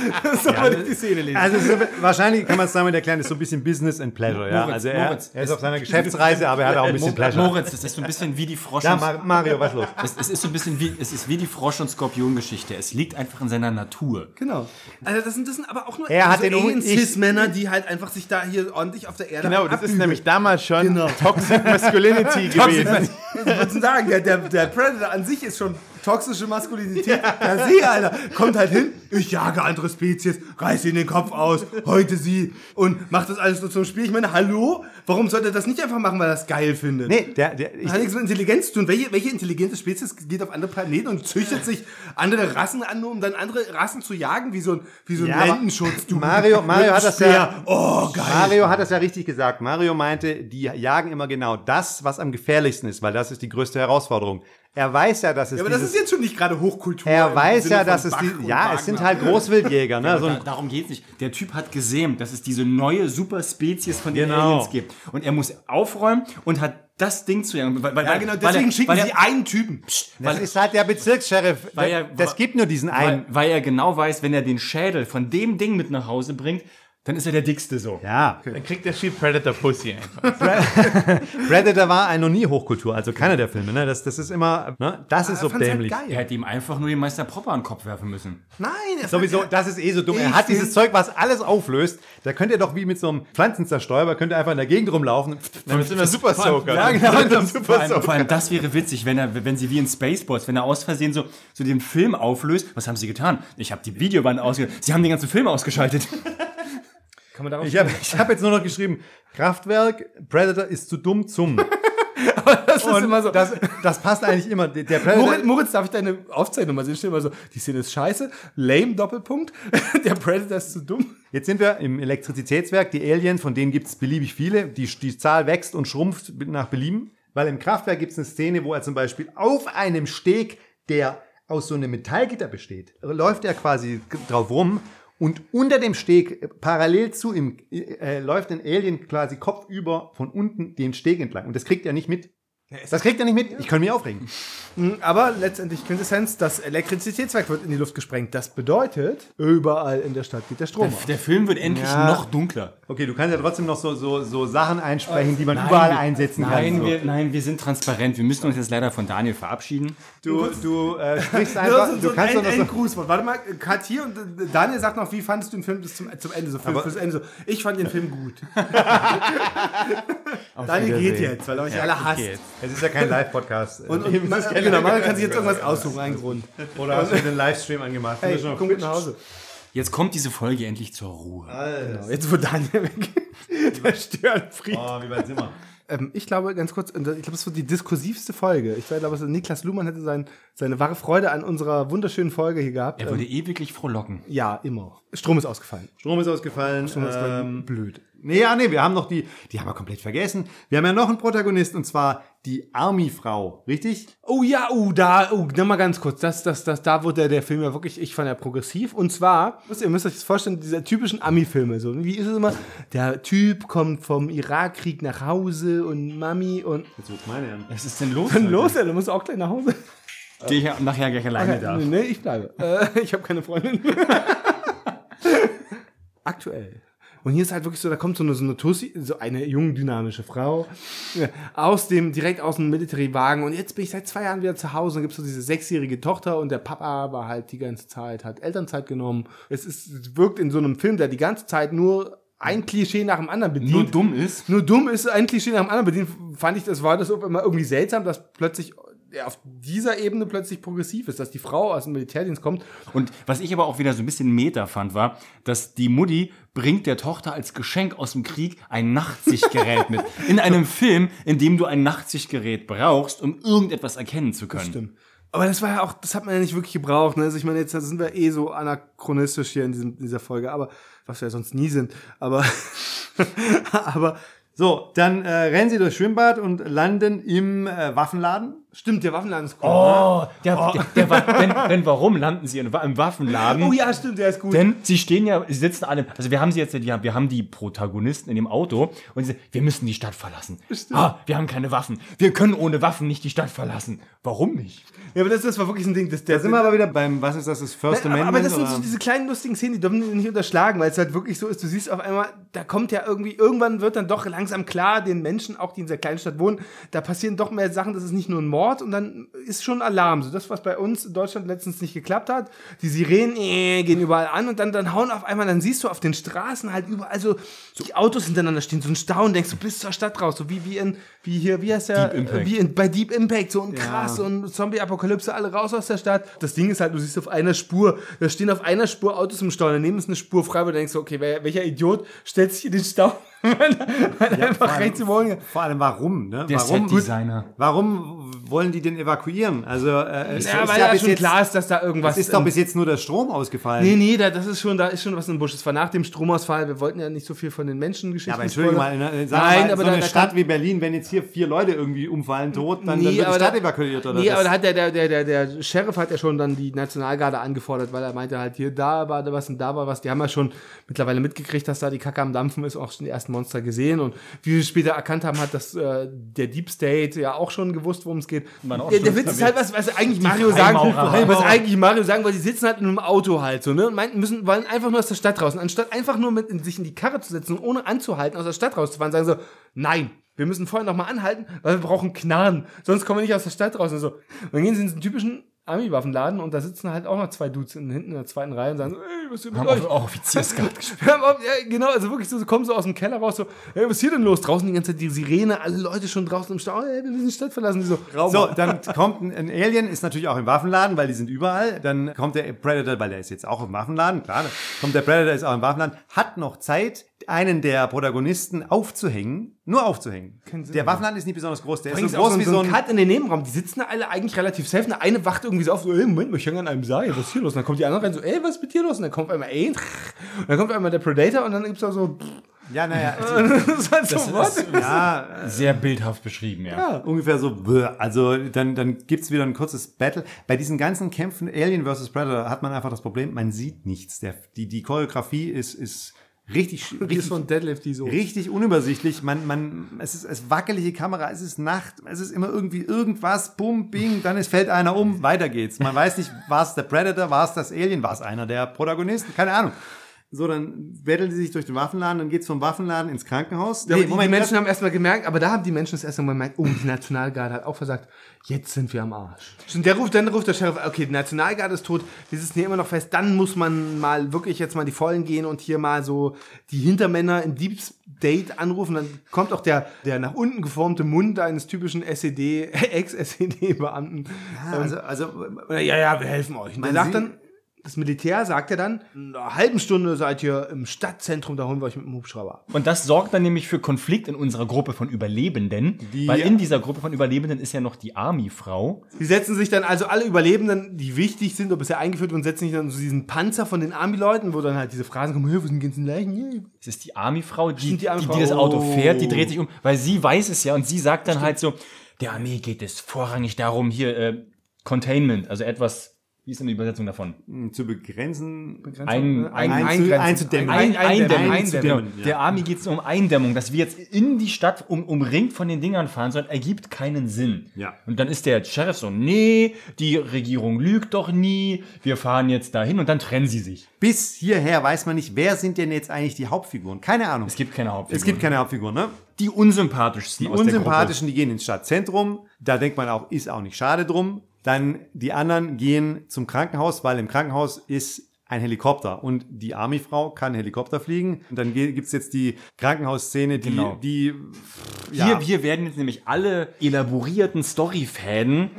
so würde ich die Szene Äh, lesen. Also so, wahrscheinlich kann man es damit erklären, ist so ein bisschen Business and Pleasure. Ja? Moritz, also er, Moritz. er ist auf seiner Geschäftsreise, aber er hat auch ein bisschen Pleasure. Moritz, das ist so ein bisschen wie die Frosch Ja, und- Ma- Mario, was los? es, es ist so ein bisschen wie, es ist wie die Frosch- und Skorpion-Geschichte. Es liegt einfach in seiner Natur. Genau. Also das sind, das sind aber auch nur Er hat den Alien- Ur- ich- Cis-Männer, die halt einfach sich da hier ordentlich auf der Erde Genau, das ist abüben. nämlich damals schon Genau. Toxic Masculinity gewesen. Ich würde sagen, der, der, der Predator an sich ist schon toxische Maskulinität per se, Alter. Kommt halt hin, ich jage andere Spezies, reiße ihnen den Kopf aus, heute sie und macht das alles so zum Spiel. Ich meine, hallo? Warum sollte er das nicht einfach machen, weil er das geil findet? Nee, der, der, ich, Das hat nichts mit Intelligenz zu tun. Welche, welche intelligente Spezies geht auf andere Planeten und züchtet sich andere Rassen an, nur um dann andere Rassen zu jagen, wie so ein, wie so ein Ja, aber Lendenschutz? Du Mario- mit Mario einem hat das Speer. ja- Oh, geil. Mario hat das ja richtig gesagt. Mario meinte, die jagen immer genau das, was am gefährlichsten ist, weil das ist die größte Herausforderung. Er weiß ja, dass es Ja, aber das dieses- ist jetzt schon nicht gerade Hochkultur. er im weiß Sinne ja, von dass es Bach die, und ja, Wagner. es sind halt Großwildjäger, ne? So Da, ein, darum geht's nicht. Der Typ hat gesehen, dass es diese neue Superspezies von den Genau. Aliens gibt. Und er muss aufräumen und hat das Ding zu jagen. Weil, weil, Ja, weil- genau, weil deswegen er, schicken weil sie er, einen Typen. das ist halt der Bezirkssheriff. Weil er- das gibt nur diesen einen. Weil, weil er genau weiß, wenn er den Schädel von dem Ding mit nach Hause bringt, dann ist er der Dickste so. Ja, Dann kriegt der Sheep Predator Pussy einfach. Predator war ein noch nie Hochkultur, also keiner der Filme. Ne? Das, das ist immer, ne? das ist so fand's halt dämlich. geil. Er hätte ihm einfach nur den Meister Propper an den Kopf werfen müssen. Nein, er Sowieso, das ist eh so dumm. Ich Er hat dieses find- Zeug, was alles auflöst. Da könnt ihr doch wie mit so einem Pflanzenzerstäuber, könnt ihr einfach in der Gegend rumlaufen. Dann ist immer Super Soaker. Ja, genau. Das ist Vor super allem, so. vor allem das wäre witzig, wenn er, wenn sie wie in Spaceballs, wenn er aus Versehen so, so den Film auflöst. Was haben sie getan? Ich habe die Videowand ausgeschaltet. Sie haben den ganzen Film ausgeschaltet. Kann man darauf Ich habe ich hab jetzt nur noch geschrieben, Kraftwerk, Predator ist zu dumm zum. das ist immer so. Das, das passt eigentlich immer. Der- Der Predator, Moritz, Moritz, darf ich deine Aufzeichnung mal sehen? Steht immer so, die Szene ist scheiße, lame Doppelpunkt, der Predator ist zu dumm. Jetzt sind wir im Elektrizitätswerk. Die Aliens, von denen gibt es beliebig viele. Die, die Zahl wächst und schrumpft nach Belieben. Weil im Kraftwerk gibt es eine Szene, wo er zum Beispiel auf einem Steg, der aus so einem Metallgitter besteht, läuft er quasi drauf rum. Und unter dem Steg, äh, parallel zu ihm, äh, äh, läuft ein Alien quasi kopfüber von unten den Steg entlang. Und das kriegt er nicht mit. Das kriegt er nicht mit. Ich kann mich aufregen. Aber letztendlich Quintessenz, das Elektrizitätswerk wird in die Luft gesprengt. Das bedeutet, überall in der Stadt geht der Strom aus. Der Film wird endlich Ja. Oh noch dunkler. Okay, du kannst ja trotzdem noch so, so, so Sachen einsprechen, die man überall wir- einsetzen kann. Nein, so. wir, nein, wir sind transparent. Wir müssen uns jetzt leider von Daniel verabschieden. Du, du äh, sprichst Das einfach, ist so du ein kannst doch End, noch so, Endgrußwort. Warte mal, Kat hier und äh, Daniel sagt noch, wie fandest du den Film bis zum, zum Ende? So, Film, fürs Ende so. Ich fand den Film gut. Daniel geht jetzt, weil er euch alle hasst. jetzt. Es ist ja kein Live-Podcast. Und, und man, genau, man kann sich jetzt irgendwas aussuchen, einen Grund. Oder hast du den Livestream angemacht? Hey, komm mit nach Hause. Jetzt kommt diese Folge endlich zur Ruhe. Genau, jetzt wo Daniel weg der Störenfried. Oh, wie weit sind wir? Ähm, ich glaube, ganz kurz, ich glaube, es wird die diskursivste Folge. Ich glaube, Niklas Luhmann hätte sein, seine wahre Freude an unserer wunderschönen Folge hier gehabt. Er Ähm, würde ewiglich frohlocken. ja, immer. Strom ist ausgefallen. Strom ist ausgefallen. Strom ist ähm, ähm, blöd. nee, ja, nee, wir haben noch die, die haben wir komplett vergessen. Wir haben ja noch einen Protagonist und zwar die Army-Frau, richtig? Oh ja, oh, da, oh, nimm mal ganz kurz. Das, das, das, da wurde der Film ja wirklich, ich fand ja progressiv. Und zwar, müsst ihr ihr müsst euch das vorstellen, diese typischen Ami-Filme. So, wie ist es immer? Der Typ kommt vom Irakkrieg nach Hause und Mami und. Jetzt ruft meine an. Was ist denn los? Dann los, ey, du musst auch gleich nach Hause. Stehe ich ja nachher gleich alleine da. Nee, nee, ich bleibe. Äh, ich habe keine Freundin. Aktuell. Und hier ist halt wirklich so, da kommt so eine, so eine Tussi, so eine junge, dynamische Frau ja, aus dem, direkt aus dem Military-Wagen. Und jetzt bin ich seit zwei Jahren wieder zu Hause. Und gibt so diese sechsjährige Tochter und der Papa war halt die ganze Zeit, hat Elternzeit genommen. Es ist, es wirkt in so einem Film, der die ganze Zeit nur ein Klischee nach dem anderen bedient. Nur dumm ist. Nur dumm ist ein Klischee nach dem anderen. Bei denen fand ich, das war das immer irgendwie seltsam, dass plötzlich ja, auf dieser Ebene plötzlich progressiv ist, dass die Frau aus dem Militärdienst kommt. Und was ich aber auch wieder so ein bisschen Meta fand, war, dass die Mutti bringt der Tochter als Geschenk aus dem Krieg ein Nachtsichtgerät mit. In einem Film, in dem du ein Nachtsichtgerät brauchst, um irgendetwas erkennen zu können. Stimmt. Aber das war ja auch, das hat man ja nicht wirklich gebraucht. Ne? Also ich meine, jetzt sind wir eh so anachronistisch hier in, diesem, in dieser Folge, aber was wir ja sonst nie sind. Aber, aber So, dann äh, rennen sie durchs Schwimmbad und landen im äh, Waffenladen. stimmt, der Waffenladen ist cool. Oh, der, Der, der, Wa- denn, denn warum landen sie in, Wa- im Waffenladen? Oh ja, stimmt, der ist gut. Denn sie stehen ja, sie sitzen alle, also wir haben sie jetzt, ja, wir haben die Protagonisten in dem Auto und sie, wir müssen die Stadt verlassen. Ah, wir haben keine Waffen. Wir können ohne Waffen nicht die Stadt verlassen. Warum nicht? ja, aber das, das war wirklich ein Ding. Das, der, Da sind wir aber wieder beim, was ist das, Ne, das First Nein, Amendment? aber, aber das sind oder? so diese kleinen lustigen Szenen, die dürfen wir nicht unterschlagen, weil es halt wirklich so ist, du siehst auf einmal, da kommt ja irgendwie, irgendwann wird dann doch langsam klar, den Menschen, auch die in dieser kleinen Stadt wohnen, da passieren doch mehr Sachen, das ist nicht nur ein Ort und dann ist schon Alarm. So das, was bei uns in Deutschland letztens nicht geklappt hat. Die Sirenen äh, gehen überall an und dann, dann hauen auf einmal, dann siehst du auf den Straßen halt überall so, die Autos hintereinander stehen, so ein Stau und denkst du bist zur Stadt raus. So wie, wie in, wie hier, wie heißt der? Deep Impact. Wie in, bei Deep Impact, so ein krass und Zombie-Apokalypse, alle raus aus der Stadt. Das Ding ist halt, du siehst auf einer Spur, da stehen auf einer Spur Autos im Stau, daneben ist eine Spur frei, wo du denkst, okay, wer, welcher Idiot stellt sich in den Stau? Weil er einfach rechts im Morgen. Vor allem warum? Ne? Der halt halt warum, Set-Designer. warum wollen die den evakuieren? Also äh, es Ja, ist weil ja ja bis schon jetzt, klar ist, dass da irgendwas es ist doch im- bis jetzt nur der Strom ausgefallen. Nee, nee, da, das ist schon, da ist schon was im Busch. Das war nach dem Stromausfall. Wir wollten ja nicht so viel von den Menschengeschichten. Ja, aber entschuldige mal, spoilern. ne, sag Nein, mal, aber so da, eine da Stadt kann, wie Berlin, wenn jetzt hier vier Leute irgendwie umfallen tot, dann, dann Nee, wird die aber Stadt da- evakuiert oder Nee, aber das- da hat der, der, der, der, der Sheriff hat ja schon dann die Nationalgarde angefordert, weil er meinte halt, hier, da war da was und da war was. Die haben ja schon mittlerweile mitgekriegt, dass da die Kacke am Dampfen ist, auch schon die ersten Monster gesehen. Und wie wir später erkannt haben, hat das äh, der Deep State ja auch schon gewusst, worum es geht. Waren auch Der, der schon Witz ist halt, was, was eigentlich Mario sagen Freimaurer. wollte, was eigentlich Mario sagen wollte, die sitzen halt in einem Auto halt so, ne? Und meinten, müssen, wollen einfach nur aus der Stadt raus. Und anstatt einfach nur mit in, sich in die Karre zu setzen und ohne anzuhalten, aus der Stadt rauszufahren, sagen so, nein. Wir müssen vorher nochmal anhalten, weil wir brauchen Knarren. Sonst kommen wir nicht aus der Stadt raus und so. Und dann gehen sie in diesen typischen Ami-Waffenladen und da sitzen halt auch noch zwei Dudes in, hinten in der zweiten Reihe und sagen so, ey, was ist denn mit Haben euch? auch, auch Offiziersgrad gespielt. Wir haben auch, ja, genau, also wirklich so, so kommen so aus dem Keller raus, so, hey, was ist hier denn los? Draußen die ganze Zeit die Sirene, alle Leute schon draußen im Stau, hey, wir müssen die Stadt verlassen. Die so, So, dann kommt ein, ein Alien, ist natürlich auch im Waffenladen, weil die sind überall. Dann kommt der Predator, weil der ist jetzt auch im Waffenladen, klar. ne? Kommt der Predator, ist auch im Waffenladen, hat noch Zeit, einen der Protagonisten aufzuhängen, nur aufzuhängen. Keinen Sinn. Der Waffenladen ist nicht besonders groß, der ist Übrigens so auch groß so, wie so, ein Cut in den Nebenraum. Die sitzen da alle eigentlich relativ safe. Und Eine wacht irgendwie so auf, so, ey, Moment, mal, ich hänge an einem Seil, was ist hier los? Und dann kommt die andere rein, so, ey, was ist mit dir los? Und dann kommt einmal Alien, und dann kommt einmal der Predator und dann gibt's da so, Ja, naja, das ist halt so, Das what? ist ja, sehr bildhaft beschrieben, ja. ungefähr so, bäh. also dann, dann gibt's wieder ein kurzes Battle. Bei diesen ganzen Kämpfen Alien vs. Predator hat man einfach das Problem, man sieht nichts. Der, die, die Choreografie ist, ist richtig, Die ist richtig, von Deadlift, die so. richtig unübersichtlich. Man, man, es ist es wackelige Kamera, es ist Nacht, es ist immer irgendwie irgendwas, bum, bing, dann ist, fällt einer um, weiter geht's. Man weiß nicht, war es der Predator, war es das Alien, war es einer der Protagonisten, keine Ahnung. So, dann betteln sie sich durch den Waffenladen, dann geht's vom Waffenladen ins Krankenhaus. Ja, Nee, aber die, die Menschen haben erstmal gemerkt, aber da haben die Menschen das erste Mal gemerkt, oh, die Nationalgarde hat auch versagt, jetzt sind wir am Arsch. Und der ruft, dann ruft der Sheriff, okay, die Nationalgarde ist tot, wir sitzen hier immer noch fest, dann muss man mal wirklich jetzt mal in die Vollen gehen und hier mal so die Hintermänner im Deep State anrufen, dann kommt auch der, der nach unten geformte Mund eines typischen E SED, Ex-SED-Beamten. Ja, also, also E Ja, ja, wir helfen euch. Und Man der sagt sieht- dann, das Militär sagt er dann, in einer halben Stunde seid ihr im Stadtzentrum, da holen wir euch mit dem Hubschrauber ab. Und das sorgt dann nämlich für Konflikt in unserer Gruppe von Überlebenden, weil in dieser Gruppe von Überlebenden ist ja noch die Army-Frau. Die setzen sich dann, also alle Überlebenden, die wichtig sind, ob bisher eingeführt wurden, setzen sich dann so diesen Panzer von den Army-Leuten, wo dann halt diese Phrasen kommen, "Hey, wo sind die ganzen Leichen? Yeah. Es ist die Army-Frau, die, Stimmt, die, die Army-Frau. die das Auto Oh. fährt, die dreht sich um, weil sie weiß es ja und sie sagt dann halt so, der Armee geht es vorrangig darum, hier äh, Containment, also etwas, wie ist denn die Übersetzung davon? zu begrenzen, Ein, ein, Einzu- einzudämmen. ein, Eindämmung. Eindämmen, Genau. ja. Der Army geht es um Eindämmung, dass wir jetzt in die Stadt um, umringt von den Dingern fahren sollen, ergibt keinen Sinn. Ja. Und dann ist der Sheriff so, nee, die Regierung lügt doch nie, wir fahren jetzt dahin und dann trennen sie sich. bis hierher weiß man nicht, wer sind denn jetzt eigentlich die Hauptfiguren? Keine Ahnung. Es gibt keine Hauptfigur. Es gibt keine Hauptfiguren, ne? die unsympathischsten Die aus unsympathischen, die gehen ins Stadtzentrum. Da denkt man auch, ist auch nicht schade drum. Dann die anderen gehen zum Krankenhaus, weil im Krankenhaus ist ein Helikopter und die Army-Frau kann Helikopter fliegen. Und dann ge- gibt's jetzt die Krankenhausszene, die, Genau. die der Gruppe. Hier, hier werden jetzt nämlich alle elaborierten Storyfäden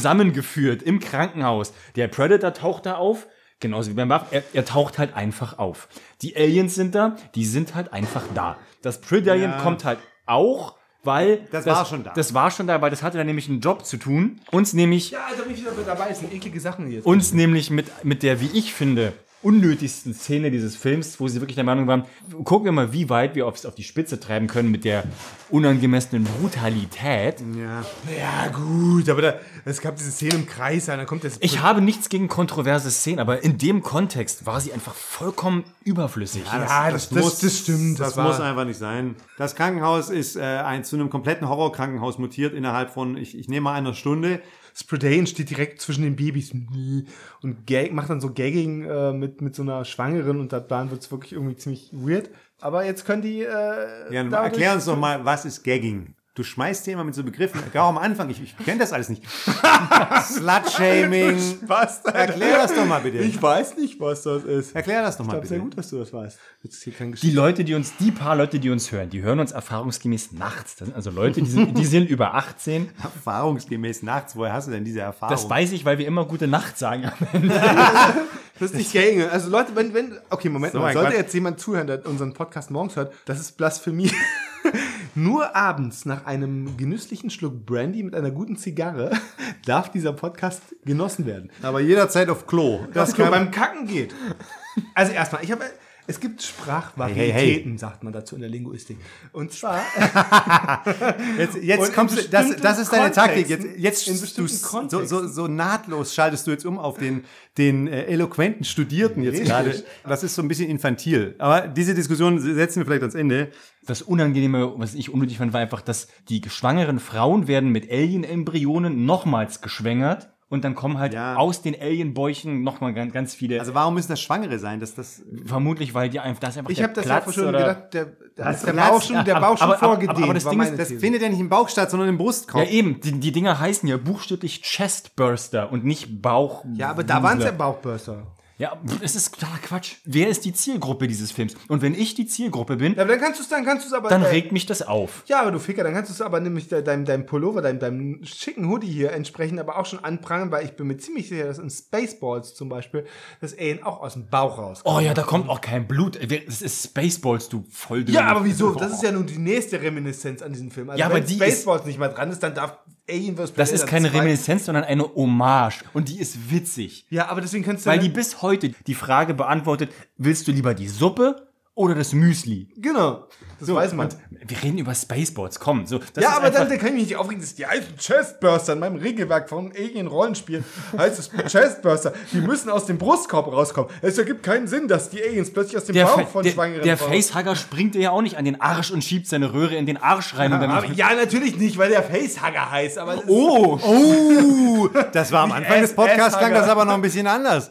zusammengeführt im Krankenhaus. Der Predator taucht da auf, genauso wie beim Waff. Er, er taucht halt einfach auf. Die Aliens sind da, die sind halt einfach da. Das Predator kommt halt auch, weil... Das war schon da. Das war schon da, weil das hatte dann nämlich einen Job zu tun. Uns nämlich Ja, da bin ich wieder dabei, es sind eklige Sachen hier. Und uns nämlich mit, mit der, wie ich finde, unnötigsten Szene dieses Films, wo sie wirklich der Meinung waren, gucken wir mal, wie weit wir aufs, auf die Spitze treiben können mit der unangemessenen Brutalität. ja, gut, aber da, es gab diese Szene im Kreis, da kommt das. Ich habe nichts gegen kontroverse Szenen, aber in dem Kontext war sie einfach vollkommen überflüssig. ja, das, das, das, stimmt, Das, war- muss einfach nicht sein. Das Krankenhaus ist äh, ein, zu einem kompletten Horrorkrankenhaus mutiert innerhalb von, ich, ich nehme mal einer Stunde. Spradane steht direkt zwischen den Babys und gag, macht dann so Gagging äh, mit, mit so einer Schwangeren und dann wird es wirklich irgendwie ziemlich weird. Aber jetzt können die. Äh, Ja, dadurch- erklär uns doch mal, was ist Gagging? Du schmeißt hier immer mit so Begriffen, gar am Anfang, ich, ich kenne das alles nicht. Slut-Shaming. Spaß, Erklär das doch mal bitte. Ich weiß nicht, was das ist. Erklär das doch mal Ich glaube, sehr bitte. gut, dass du das weißt. Jetzt ist hier kein Die Leute, die uns, die paar Leute, die uns hören, die hören uns erfahrungsgemäß nachts. Das sind also Leute, die sind, die sind über 18. Erfahrungsgemäß nachts, woher hast du denn diese Erfahrung? Das weiß ich, weil wir immer gute Nacht sagen am Ende. Das ist nicht gänge. Also Leute, wenn, wenn, okay, Moment mal, ein sollte Quatsch. jetzt jemand zuhören, der unseren Podcast morgens hört, das ist Blasphemie. Nur abends nach einem genüsslichen Schluck Brandy mit einer guten Zigarre darf dieser Podcast genossen werden. Aber jederzeit auf Klo. Das Das nur kann beim Kacken geht. Also erstmal, ich habe es gibt Sprachvarietäten, Hey, hey, sagt man dazu in der Linguistik. Und zwar Jetzt, Und jetzt in kommst du, das, bestimmten das ist deine Taktik. Jetzt, Kontexten- jetzt in du- bestimmten so, so, so nahtlos schaltest du jetzt um auf den, den äh, eloquenten Studierten jetzt gerade. Das ist so ein bisschen infantil. Aber diese Diskussion setzen wir vielleicht ans Ende. Das Unangenehme, was ich unnötig fand, war einfach, dass die schwangeren Frauen werden mit Alien-Embryonen nochmals geschwängert. Und dann kommen halt Ja. aus den Alien-Bäuchen nochmal ganz, ganz viele. Also warum müssen das Schwangere sein? Dass das, vermutlich, weil die einfach, das ist einfach ich der habe das Platz ja schon oder- gedacht, der, der, der Platz, Bauch schon, der aber- Bauch schon aber- aber- aber vorgedehnt. das war Ding ist, meine das These. findet ja nicht im Bauch statt, sondern im Ja, Brustkorb. eben. Die, die Dinger heißen ja buchstäblich Chestburster und nicht Bauch. ja, aber da waren es ja Bauchbörser. Ja, pff, es ist totaler Quatsch. Wer ist die Zielgruppe dieses Films? Und wenn ich die Zielgruppe bin, Ja, aber dann kannst du es dann kannst du es aber dann äh, regt mich das auf. Ja, aber du Ficker, dann kannst du es aber nämlich de- deinem, deinem Pullover, deinem, deinem schicken Hoodie hier entsprechend aber auch schon anprangern, weil ich bin mir ziemlich sicher, dass in Spaceballs zum Beispiel das Alien auch aus dem Bauch rauskommt. Oh ja, da kommt auch kein Blut. Wer- Das ist Spaceballs, du voll Ja, aber wieso? Das ist ja nun die nächste Reminiszenz an diesem Film. Also Ja, aber wenn die Spaceballs nicht mal dran ist, dann darf Alien vs. Das Predator ist keine 2 Reminiszenz, sondern eine Hommage. Und die ist witzig. Ja, aber deswegen kannst du Weil die dann- bis heute die Frage beantwortet, willst du lieber die Suppe oder das Müsli? genau, das weiß man. Wir reden über Spaceballs, komm. So, das Ja, ist aber einfach- dann, dann kann ich mich nicht aufregen, dass die alten Chestburster in meinem Regelwerk von Alien Rollenspiel heißt es Chestburster, die müssen aus dem Brustkorb rauskommen. Es ergibt keinen Sinn, dass die Aliens plötzlich aus dem der, Bauch Fa- von der, Schwangeren der raus- Facehugger springt dir ja auch nicht an den Arsch und schiebt seine Röhre in den Arsch rein. und aber, dann ja, natürlich nicht, weil der Facehugger heißt, aber das ist, oh, Oh, das war am Anfang des Podcasts, klang Esshager. das aber noch ein bisschen anders.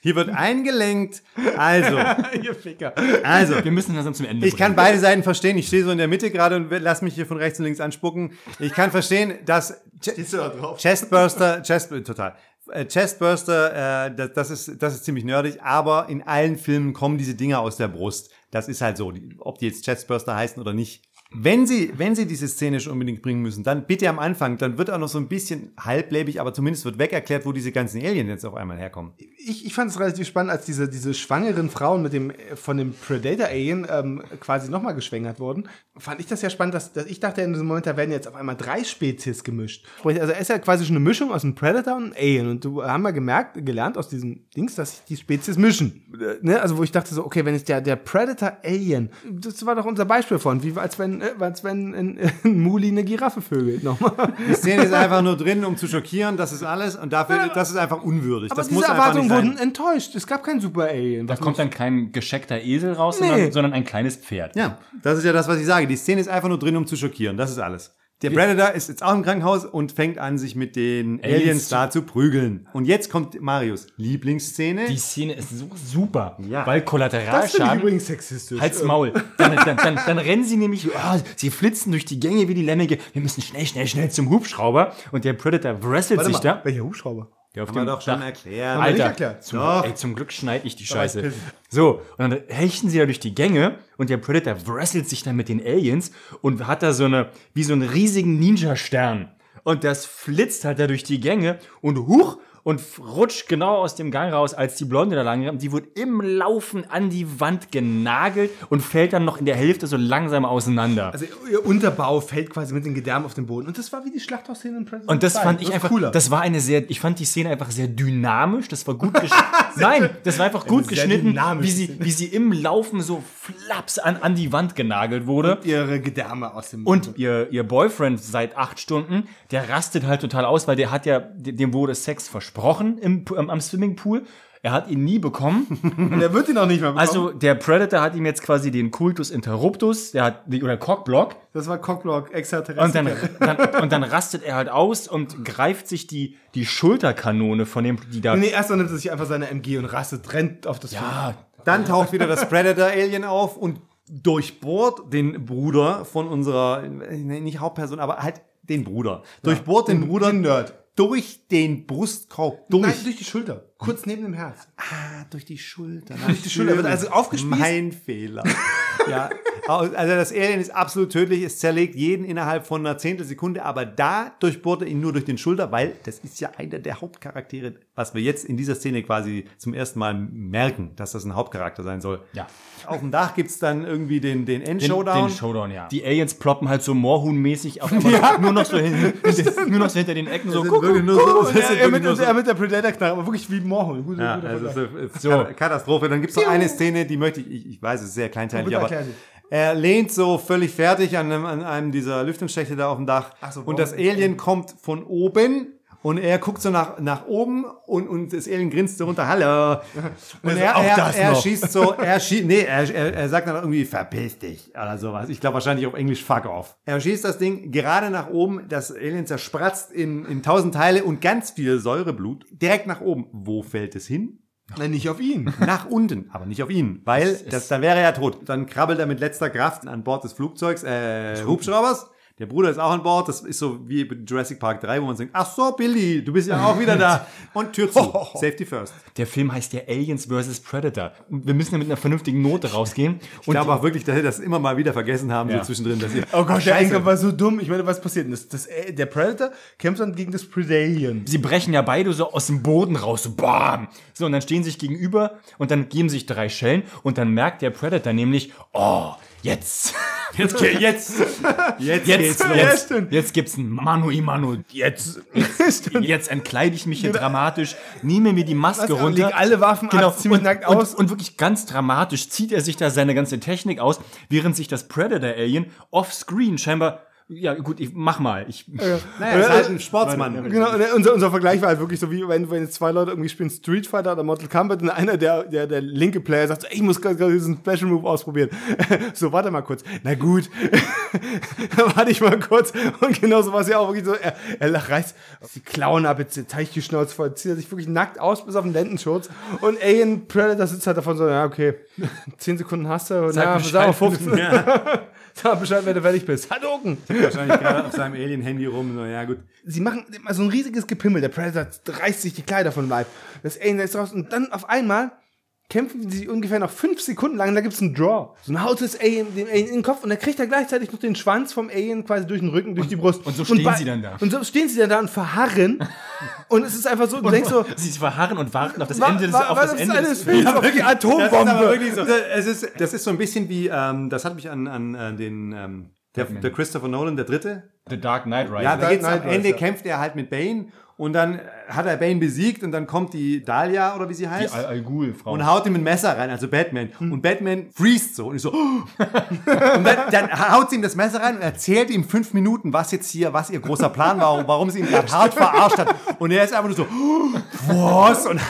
Hier wird eingelenkt. Also, ihr Ficker. also. wir müssen langsam zum Ende Ich kann bringen. beide Seiten verstehen. Ich stehe so in der Mitte gerade und lass mich hier von rechts und links anspucken. Ich kann verstehen, dass Ch Stehst du da drauf? Chestburster, Chest, total. Äh, Chestburster, äh, das, das, ist, das ist ziemlich nerdig, aber in allen Filmen kommen diese Dinger aus der Brust. Das ist halt so, die, ob die jetzt Chestburster heißen oder nicht. Wenn sie, wenn sie diese Szene schon unbedingt bringen müssen, dann bitte am Anfang, dann wird auch noch so ein bisschen halblebig, aber zumindest wird weg erklärt, wo diese ganzen Alien jetzt auf einmal herkommen. ich, ich fand es relativ spannend, als diese, diese schwangeren Frauen mit dem, äh, von dem Predator-Alien ähm, quasi nochmal geschwängert wurden, fand ich das ja spannend, dass, dass ich dachte in diesem Moment, da werden jetzt auf einmal drei Spezies gemischt. Sprich, Also er ist ja quasi schon eine Mischung aus einem Predator und einem Alien. Und du äh, haben wir gemerkt, gelernt aus diesem Dings, dass sich die Spezies mischen. Äh, Ne? Also wo ich dachte so, okay, wenn jetzt der, der Predator-Alien, das war doch unser Beispiel von, wie als wenn, äh, als wenn ein, ein Muli eine Giraffe vögelt nochmal. Die Szene ist einfach nur drin, um zu schockieren, das ist alles und dafür, das ist einfach unwürdig. Aber das diese muss einfach nicht Erwartungen sein. wurden enttäuscht. Es gab kein Super-Alien. Da kommt dann kein gescheckter Esel raus, sondern, sondern ein kleines Pferd. Ja, das ist ja das, was ich sage. Die Szene ist einfach nur drin, um zu schockieren. Das ist alles. Der Predator ist jetzt auch im Krankenhaus und fängt an, sich mit den Aliens, Aliens da zu prügeln. Und jetzt kommt Marius Lieblingsszene. Die Szene ist so super, Ja. weil das finde ich Kollateralschaden... übrigens sexistisch. Ähm. Halt's Maul. Dann, dann, dann, dann rennen sie nämlich, ah, sie flitzen durch die Gänge wie die Lemminge. Wir müssen schnell, schnell, schnell zum Hubschrauber. Und der Predator wrestelt Warte sich mal, da. welcher Hubschrauber? Ja, auf haben wir dem doch schon Dach. erklärt. wir nicht Alter, erklärt. zum, Doch. ey, zum Glück schneide ich die Scheiße. pissen. So, und dann hechten sie da durch die Gänge und der Predator wrestelt sich dann mit den Aliens und hat da so eine, wie so einen riesigen Ninja-Stern. Und das flitzt halt da durch die Gänge und huch und f- rutscht genau aus dem Gang raus, als die Blonde da lang rennt. Die wird im Laufen an die Wand genagelt und fällt dann noch in der Hälfte so langsam auseinander. Also ihr Unterbau fällt quasi mit den Gedärmen auf den Boden. Und das war wie die Schlachthaus-Szene in Predator Und das 2. fand ich ist einfach, cooler. das war eine sehr, ich fand die Szene einfach sehr dynamisch, das war gut geschnitten. Nein, das war einfach gut sehr geschnitten, dynamische wie sie, wie sie im Laufen so flaps an, an die Wand genagelt wurde. ihre Gedärme aus dem Und ihr, ihr Boyfriend seit acht Stunden, der rastet halt total aus, weil der hat ja, dem wurde Sex versprochen im, am, am Swimmingpool. Er hat ihn nie bekommen. Und der wird ihn auch nicht mehr bekommen. Also der Predator hat ihm jetzt quasi den Cultus Interruptus, der hat, oder Cockblock, das war Cockblock, extraterrestre. und dann, dann, und dann rastet er halt aus und greift sich die, die Schulterkanone von dem, die da. Nee, erstmal nimmt er sich einfach seine MG und rastet, rennt auf das Feld. Ah, Dann taucht wieder das Predator-Alien auf und durchbohrt den Bruder von unserer, nee, nicht Hauptperson, aber halt den Bruder. Durchbohrt den Bruder durch den Brustkorb, durch, Nein, durch die Schulter. Kurz neben dem Herz. ah, durch die Schulter. Durch die Schulter wird also aufgespießt. Mein Fehler. ja. Also das Alien ist absolut tödlich, es zerlegt jeden innerhalb von einer Zehntelsekunde, aber da durchbohrt er ihn nur durch den Schulter, weil das ist ja einer der Hauptcharaktere, was wir jetzt in dieser Szene quasi zum ersten Mal merken, dass das ein Hauptcharakter sein soll. Ja. Auf dem Dach gibt's dann irgendwie den, Den- den Endshowdown. Den Showdown, ja. Die Aliens ploppen halt so Moorhuhn-mäßig auf einmal nur, noch so hin, nur noch so hinter den Ecken so. Guck, Wirklich nur so- Ja, er, mit, er mit der Predator-Knarre, aber wirklich wie Morhol. Gute, Ja, gute also Vergleich. es ist eine Kat- Katastrophe. Dann gibt es noch eine Szene, die möchte ich, ich, ich weiß, es ist sehr kleinteilig, Gut aber erklärt. er lehnt so völlig fertig an einem, an einem dieser Lüftungsschächte da auf dem Dach so, und das warum- Alien kommt von oben und er guckt so nach, nach oben und, und das Alien grinst so runter, hallo. Und er, auch er, das er noch. schießt so, er schießt, nee, er, er, er sagt dann irgendwie, verpiss dich oder sowas. Ich glaube wahrscheinlich auf Englisch, fuck off. Er schießt das Ding gerade nach oben, das Alien zerspratzt in, in tausend Teile und ganz viel Säureblut direkt nach oben. Wo fällt es hin? Nein, nicht auf ihn. nach unten, aber nicht auf ihn, weil das, dann wäre er tot. Dann krabbelt er mit letzter Kraft an Bord des Flugzeugs, äh, Hubschraubers. Der Bruder ist auch an Bord. Das ist so wie bei Jurassic Park 3, wo man sagt, ach so, Billy, du bist ja auch wieder da. Und Tür zu. Safety first. Der Film heißt ja Aliens vs. Predator. Wir müssen ja mit einer vernünftigen Note rausgehen. Ich glaube auch wirklich, dass wir das immer mal wieder vergessen haben, Ja. so zwischendrin. Dass ihr, Oh Gott, der Scheiße. Einkampf war so dumm. Ich meine, was passiert denn? Das, das, äh, der Predator kämpft dann gegen das Predalien. sie brechen ja beide so aus dem Boden raus, so bam. So, und dann stehen sich gegenüber und dann geben sich drei Schellen und dann merkt der Predator nämlich, oh, jetzt. Jetzt, ge- jetzt, jetzt, jetzt, jetzt, stimmt. jetzt gibt's ein Manu Imanu. Jetzt, jetzt, jetzt entkleide ich mich hier dramatisch, nehme mir die Maske Was, runter. legen Also, alle Waffen ab, genau, ziehen mich und, nackt und, aus. Und wirklich ganz dramatisch zieht er sich da seine ganze Technik aus, während sich das Predator-Alien off-screen scheinbar, ja gut, ich mach mal, ich, naja, er ist halt ein Sportsmann. Äh, Genau, und unser, unser Vergleich war halt wirklich so, wie wenn, wenn jetzt zwei Leute irgendwie spielen Street Fighter oder Mortal Kombat und einer, der, der, der linke Player, sagt, so, ich muss gerade gerade diesen Special Move ausprobieren. so, warte mal kurz. Na gut. warte ich mal kurz. Und genauso war es ja auch wirklich so, er, er lacht, reißt die Klauen ab, jetzt zeigt die Schnauze voll, zieht er sich wirklich nackt aus bis auf den Lendenschurz und Alien Predator sitzt halt davon so, ja, okay, zehn Sekunden hast du, Sag na, Bescheid. sag mal 15. Sag Bescheid, wenn du fertig bist. Hadoken! Wahrscheinlich gerade auf seinem Alien-Handy rum. So, ja, gut. sie machen immer so ein riesiges Gepimmel. Der Predator reißt sich die Kleider von Leib. Das Alien ist raus und dann auf einmal kämpfen sie sich ungefähr noch fünf Sekunden lang. Und da gibt es einen Draw. So ein haut das Alien dem Alien in den Kopf und dann kriegt er gleichzeitig noch den Schwanz vom Alien quasi durch den Rücken, durch die Brust. und so stehen bei- sie dann da. Und so stehen sie dann da und verharren. und es ist einfach so, du denkst so, sie verharren und warten auf das wa- Ende des, wa- auf wa- das ist Ende alles des Films auf die Das ist aber Atombombe. wirklich so. Es ist, das ist so ein bisschen wie, ähm, das hat mich an, an, an den, ähm, der, der Christopher Nolan, der Dritte, The Dark Knight Rises. Ja, da geht's am Knight Rises, Ende ja. kämpft er halt mit Bane und dann äh, hat er Bane besiegt und dann kommt die Dahlia oder wie sie heißt Al Ghul, Frau. und haut ihm ein Messer rein, also Batman. Und Batman freest so und ich so. "Oh!" und dann, dann haut sie ihm das Messer rein und erzählt ihm fünf Minuten, was jetzt hier, was ihr großer Plan war, und warum sie ihn gerade hart verarscht hat. Und er ist einfach nur so, "Oh, was? Und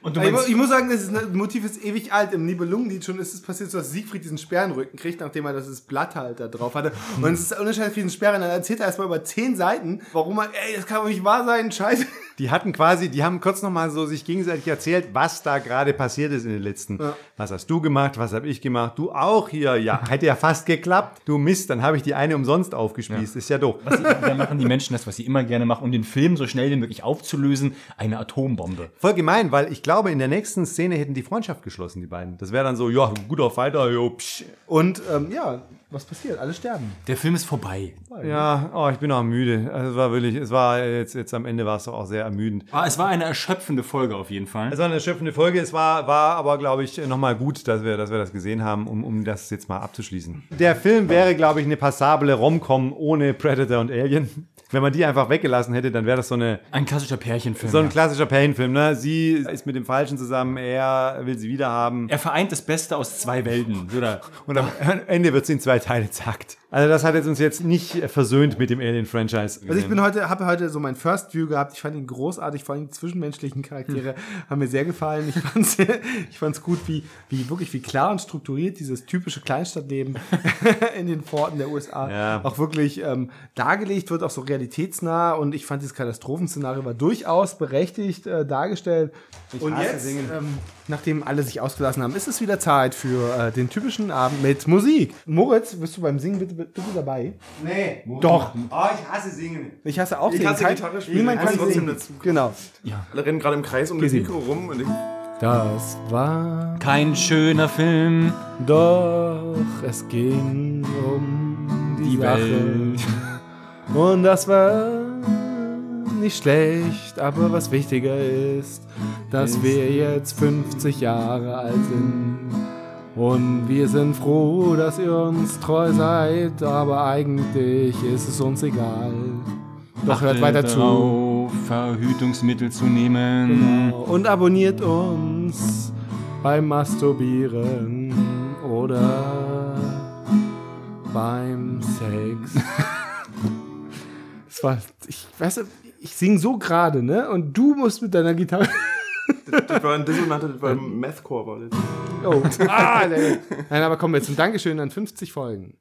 Und du Ich, mu- meinst, ich muss sagen, das, ist, das Motiv ist ewig alt. Im Nibelungenlied schon ist es passiert, so dass Siegfried diesen Sperrenrücken kriegt, nachdem er dieses Blatt halt da drauf hatte. Und es ist unwahrscheinlich für diesen Sperren. Dann erzählt er erstmal über zehn Seiten, warum er, ey, das kann doch nicht wahr sein, scheiße. die hatten quasi, die haben kurz nochmal so sich gegenseitig erzählt, was da gerade passiert ist in den letzten. Was hast du gemacht? Was habe ich gemacht? Du auch hier. Ja, hätte ja fast geklappt. Du Mist, dann habe ich die eine umsonst aufgespießt. Ist ja doof. was sie, da machen die Menschen das, was sie immer gerne machen, um den Film so schnell wie möglich aufzulösen, eine Atombombe. Voll gemein, weil ich glaube, in der nächsten Szene hätten die Freundschaft geschlossen, die beiden. Das wäre dann so, ja, guter Fighter, jo, psch. Und ähm, ja, was passiert? Alle sterben. Der Film ist vorbei. Ja, oh, ich bin auch müde. Also, es war wirklich, es war jetzt, jetzt am Ende war es doch auch sehr ermüdend. Ah, es war eine erschöpfende Folge auf jeden Fall. Also- Es war eine erschöpfende Folge. Es war, war aber, glaube ich, nochmal gut, dass wir, dass wir das gesehen haben, um, um das jetzt mal abzuschließen. Der Film wäre, glaube ich, eine passable Rom-Com ohne Predator und Alien. Wenn man die einfach weggelassen hätte, dann wäre das so eine Ein klassischer Pärchenfilm. so ein ja. klassischer Pain-Film. Ne? Sie ist mit dem Falschen zusammen, er will sie wieder haben. er vereint das Beste aus zwei Welten. Oder? Und am Ende wird es in zwei Teile zackt. Also das hat jetzt uns jetzt nicht versöhnt mit dem Alien-Franchise. Also ich bin heute, habe heute so mein First View gehabt. Ich fand ihn großartig, vor allem die zwischenmenschlichen Hm. Charaktere haben mir sehr gefallen. Ich fand's, ich fand's gut, wie, wie wirklich wie klar und strukturiert dieses typische Kleinstadtleben in den Forten der USA Ja. auch wirklich ähm, dargelegt wird, auch so realitätsnah. Und ich fand dieses Katastrophenszenario war durchaus berechtigt äh, dargestellt. und hasse jetzt Singen. ähm, nachdem alle sich ausgelassen haben, ist es wieder Zeit für äh, den typischen Abend mit Musik. Moritz, bist du beim Singen bitte, bitte dabei? Nee. Doch. Oh, ich hasse Singen. Ich hasse auch Ich singen. hasse Kein- Gitarre spielen, Niemand ich kann hasse trotzdem singen. dazu. Genau. Alle rennen gerade im Kreis um das Gesehen. Mikro rum und ich, Das war Kein schöner Film. doch, es ging um die, Die Welt. Und das war nicht schlecht, aber was wichtiger ist, dass wir jetzt 50 Jahre alt sind. Und wir sind froh, dass ihr uns treu seid, aber eigentlich ist es uns egal. Doch hört Achtet weiter zu. darauf, Verhütungsmittel zu nehmen. Genau. Und abonniert uns beim Masturbieren oder beim Sex. das war, ich weiß, ich sing so gerade, ne? Und du musst mit deiner Gitarre. das war ein Dissonante, das war ein Mathcore. War das. Oh. Ah, nein, nein. nein, aber kommen wir zum Dankeschön an 50 Folgen.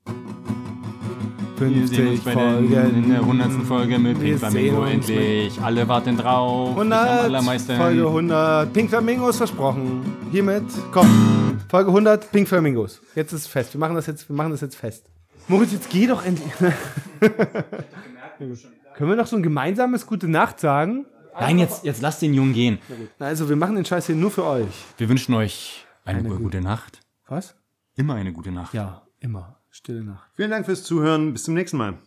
Wir sehen uns bei der, in der 100. Folge mit Wir Pink Flamingo sehen uns endlich. Alle warten drauf. bis am 100, allermeisten. Folge 100, Pink Flamingos versprochen. Hiermit, komm, Folge 100, Pink Flamingos. Jetzt ist es fest, wir machen das jetzt, wir machen das jetzt fest. Moritz, jetzt geh doch endlich. Können wir noch so ein gemeinsames Gute Nacht sagen? Nein, jetzt, jetzt lasst den Jungen gehen. Na, Also, wir machen den Scheiß hier nur für euch. Wir wünschen euch eine, gu- gute Nacht. Was? Immer eine gute Nacht. Ja, immer. Stille Nacht. Vielen Dank fürs Zuhören. Bis zum nächsten Mal.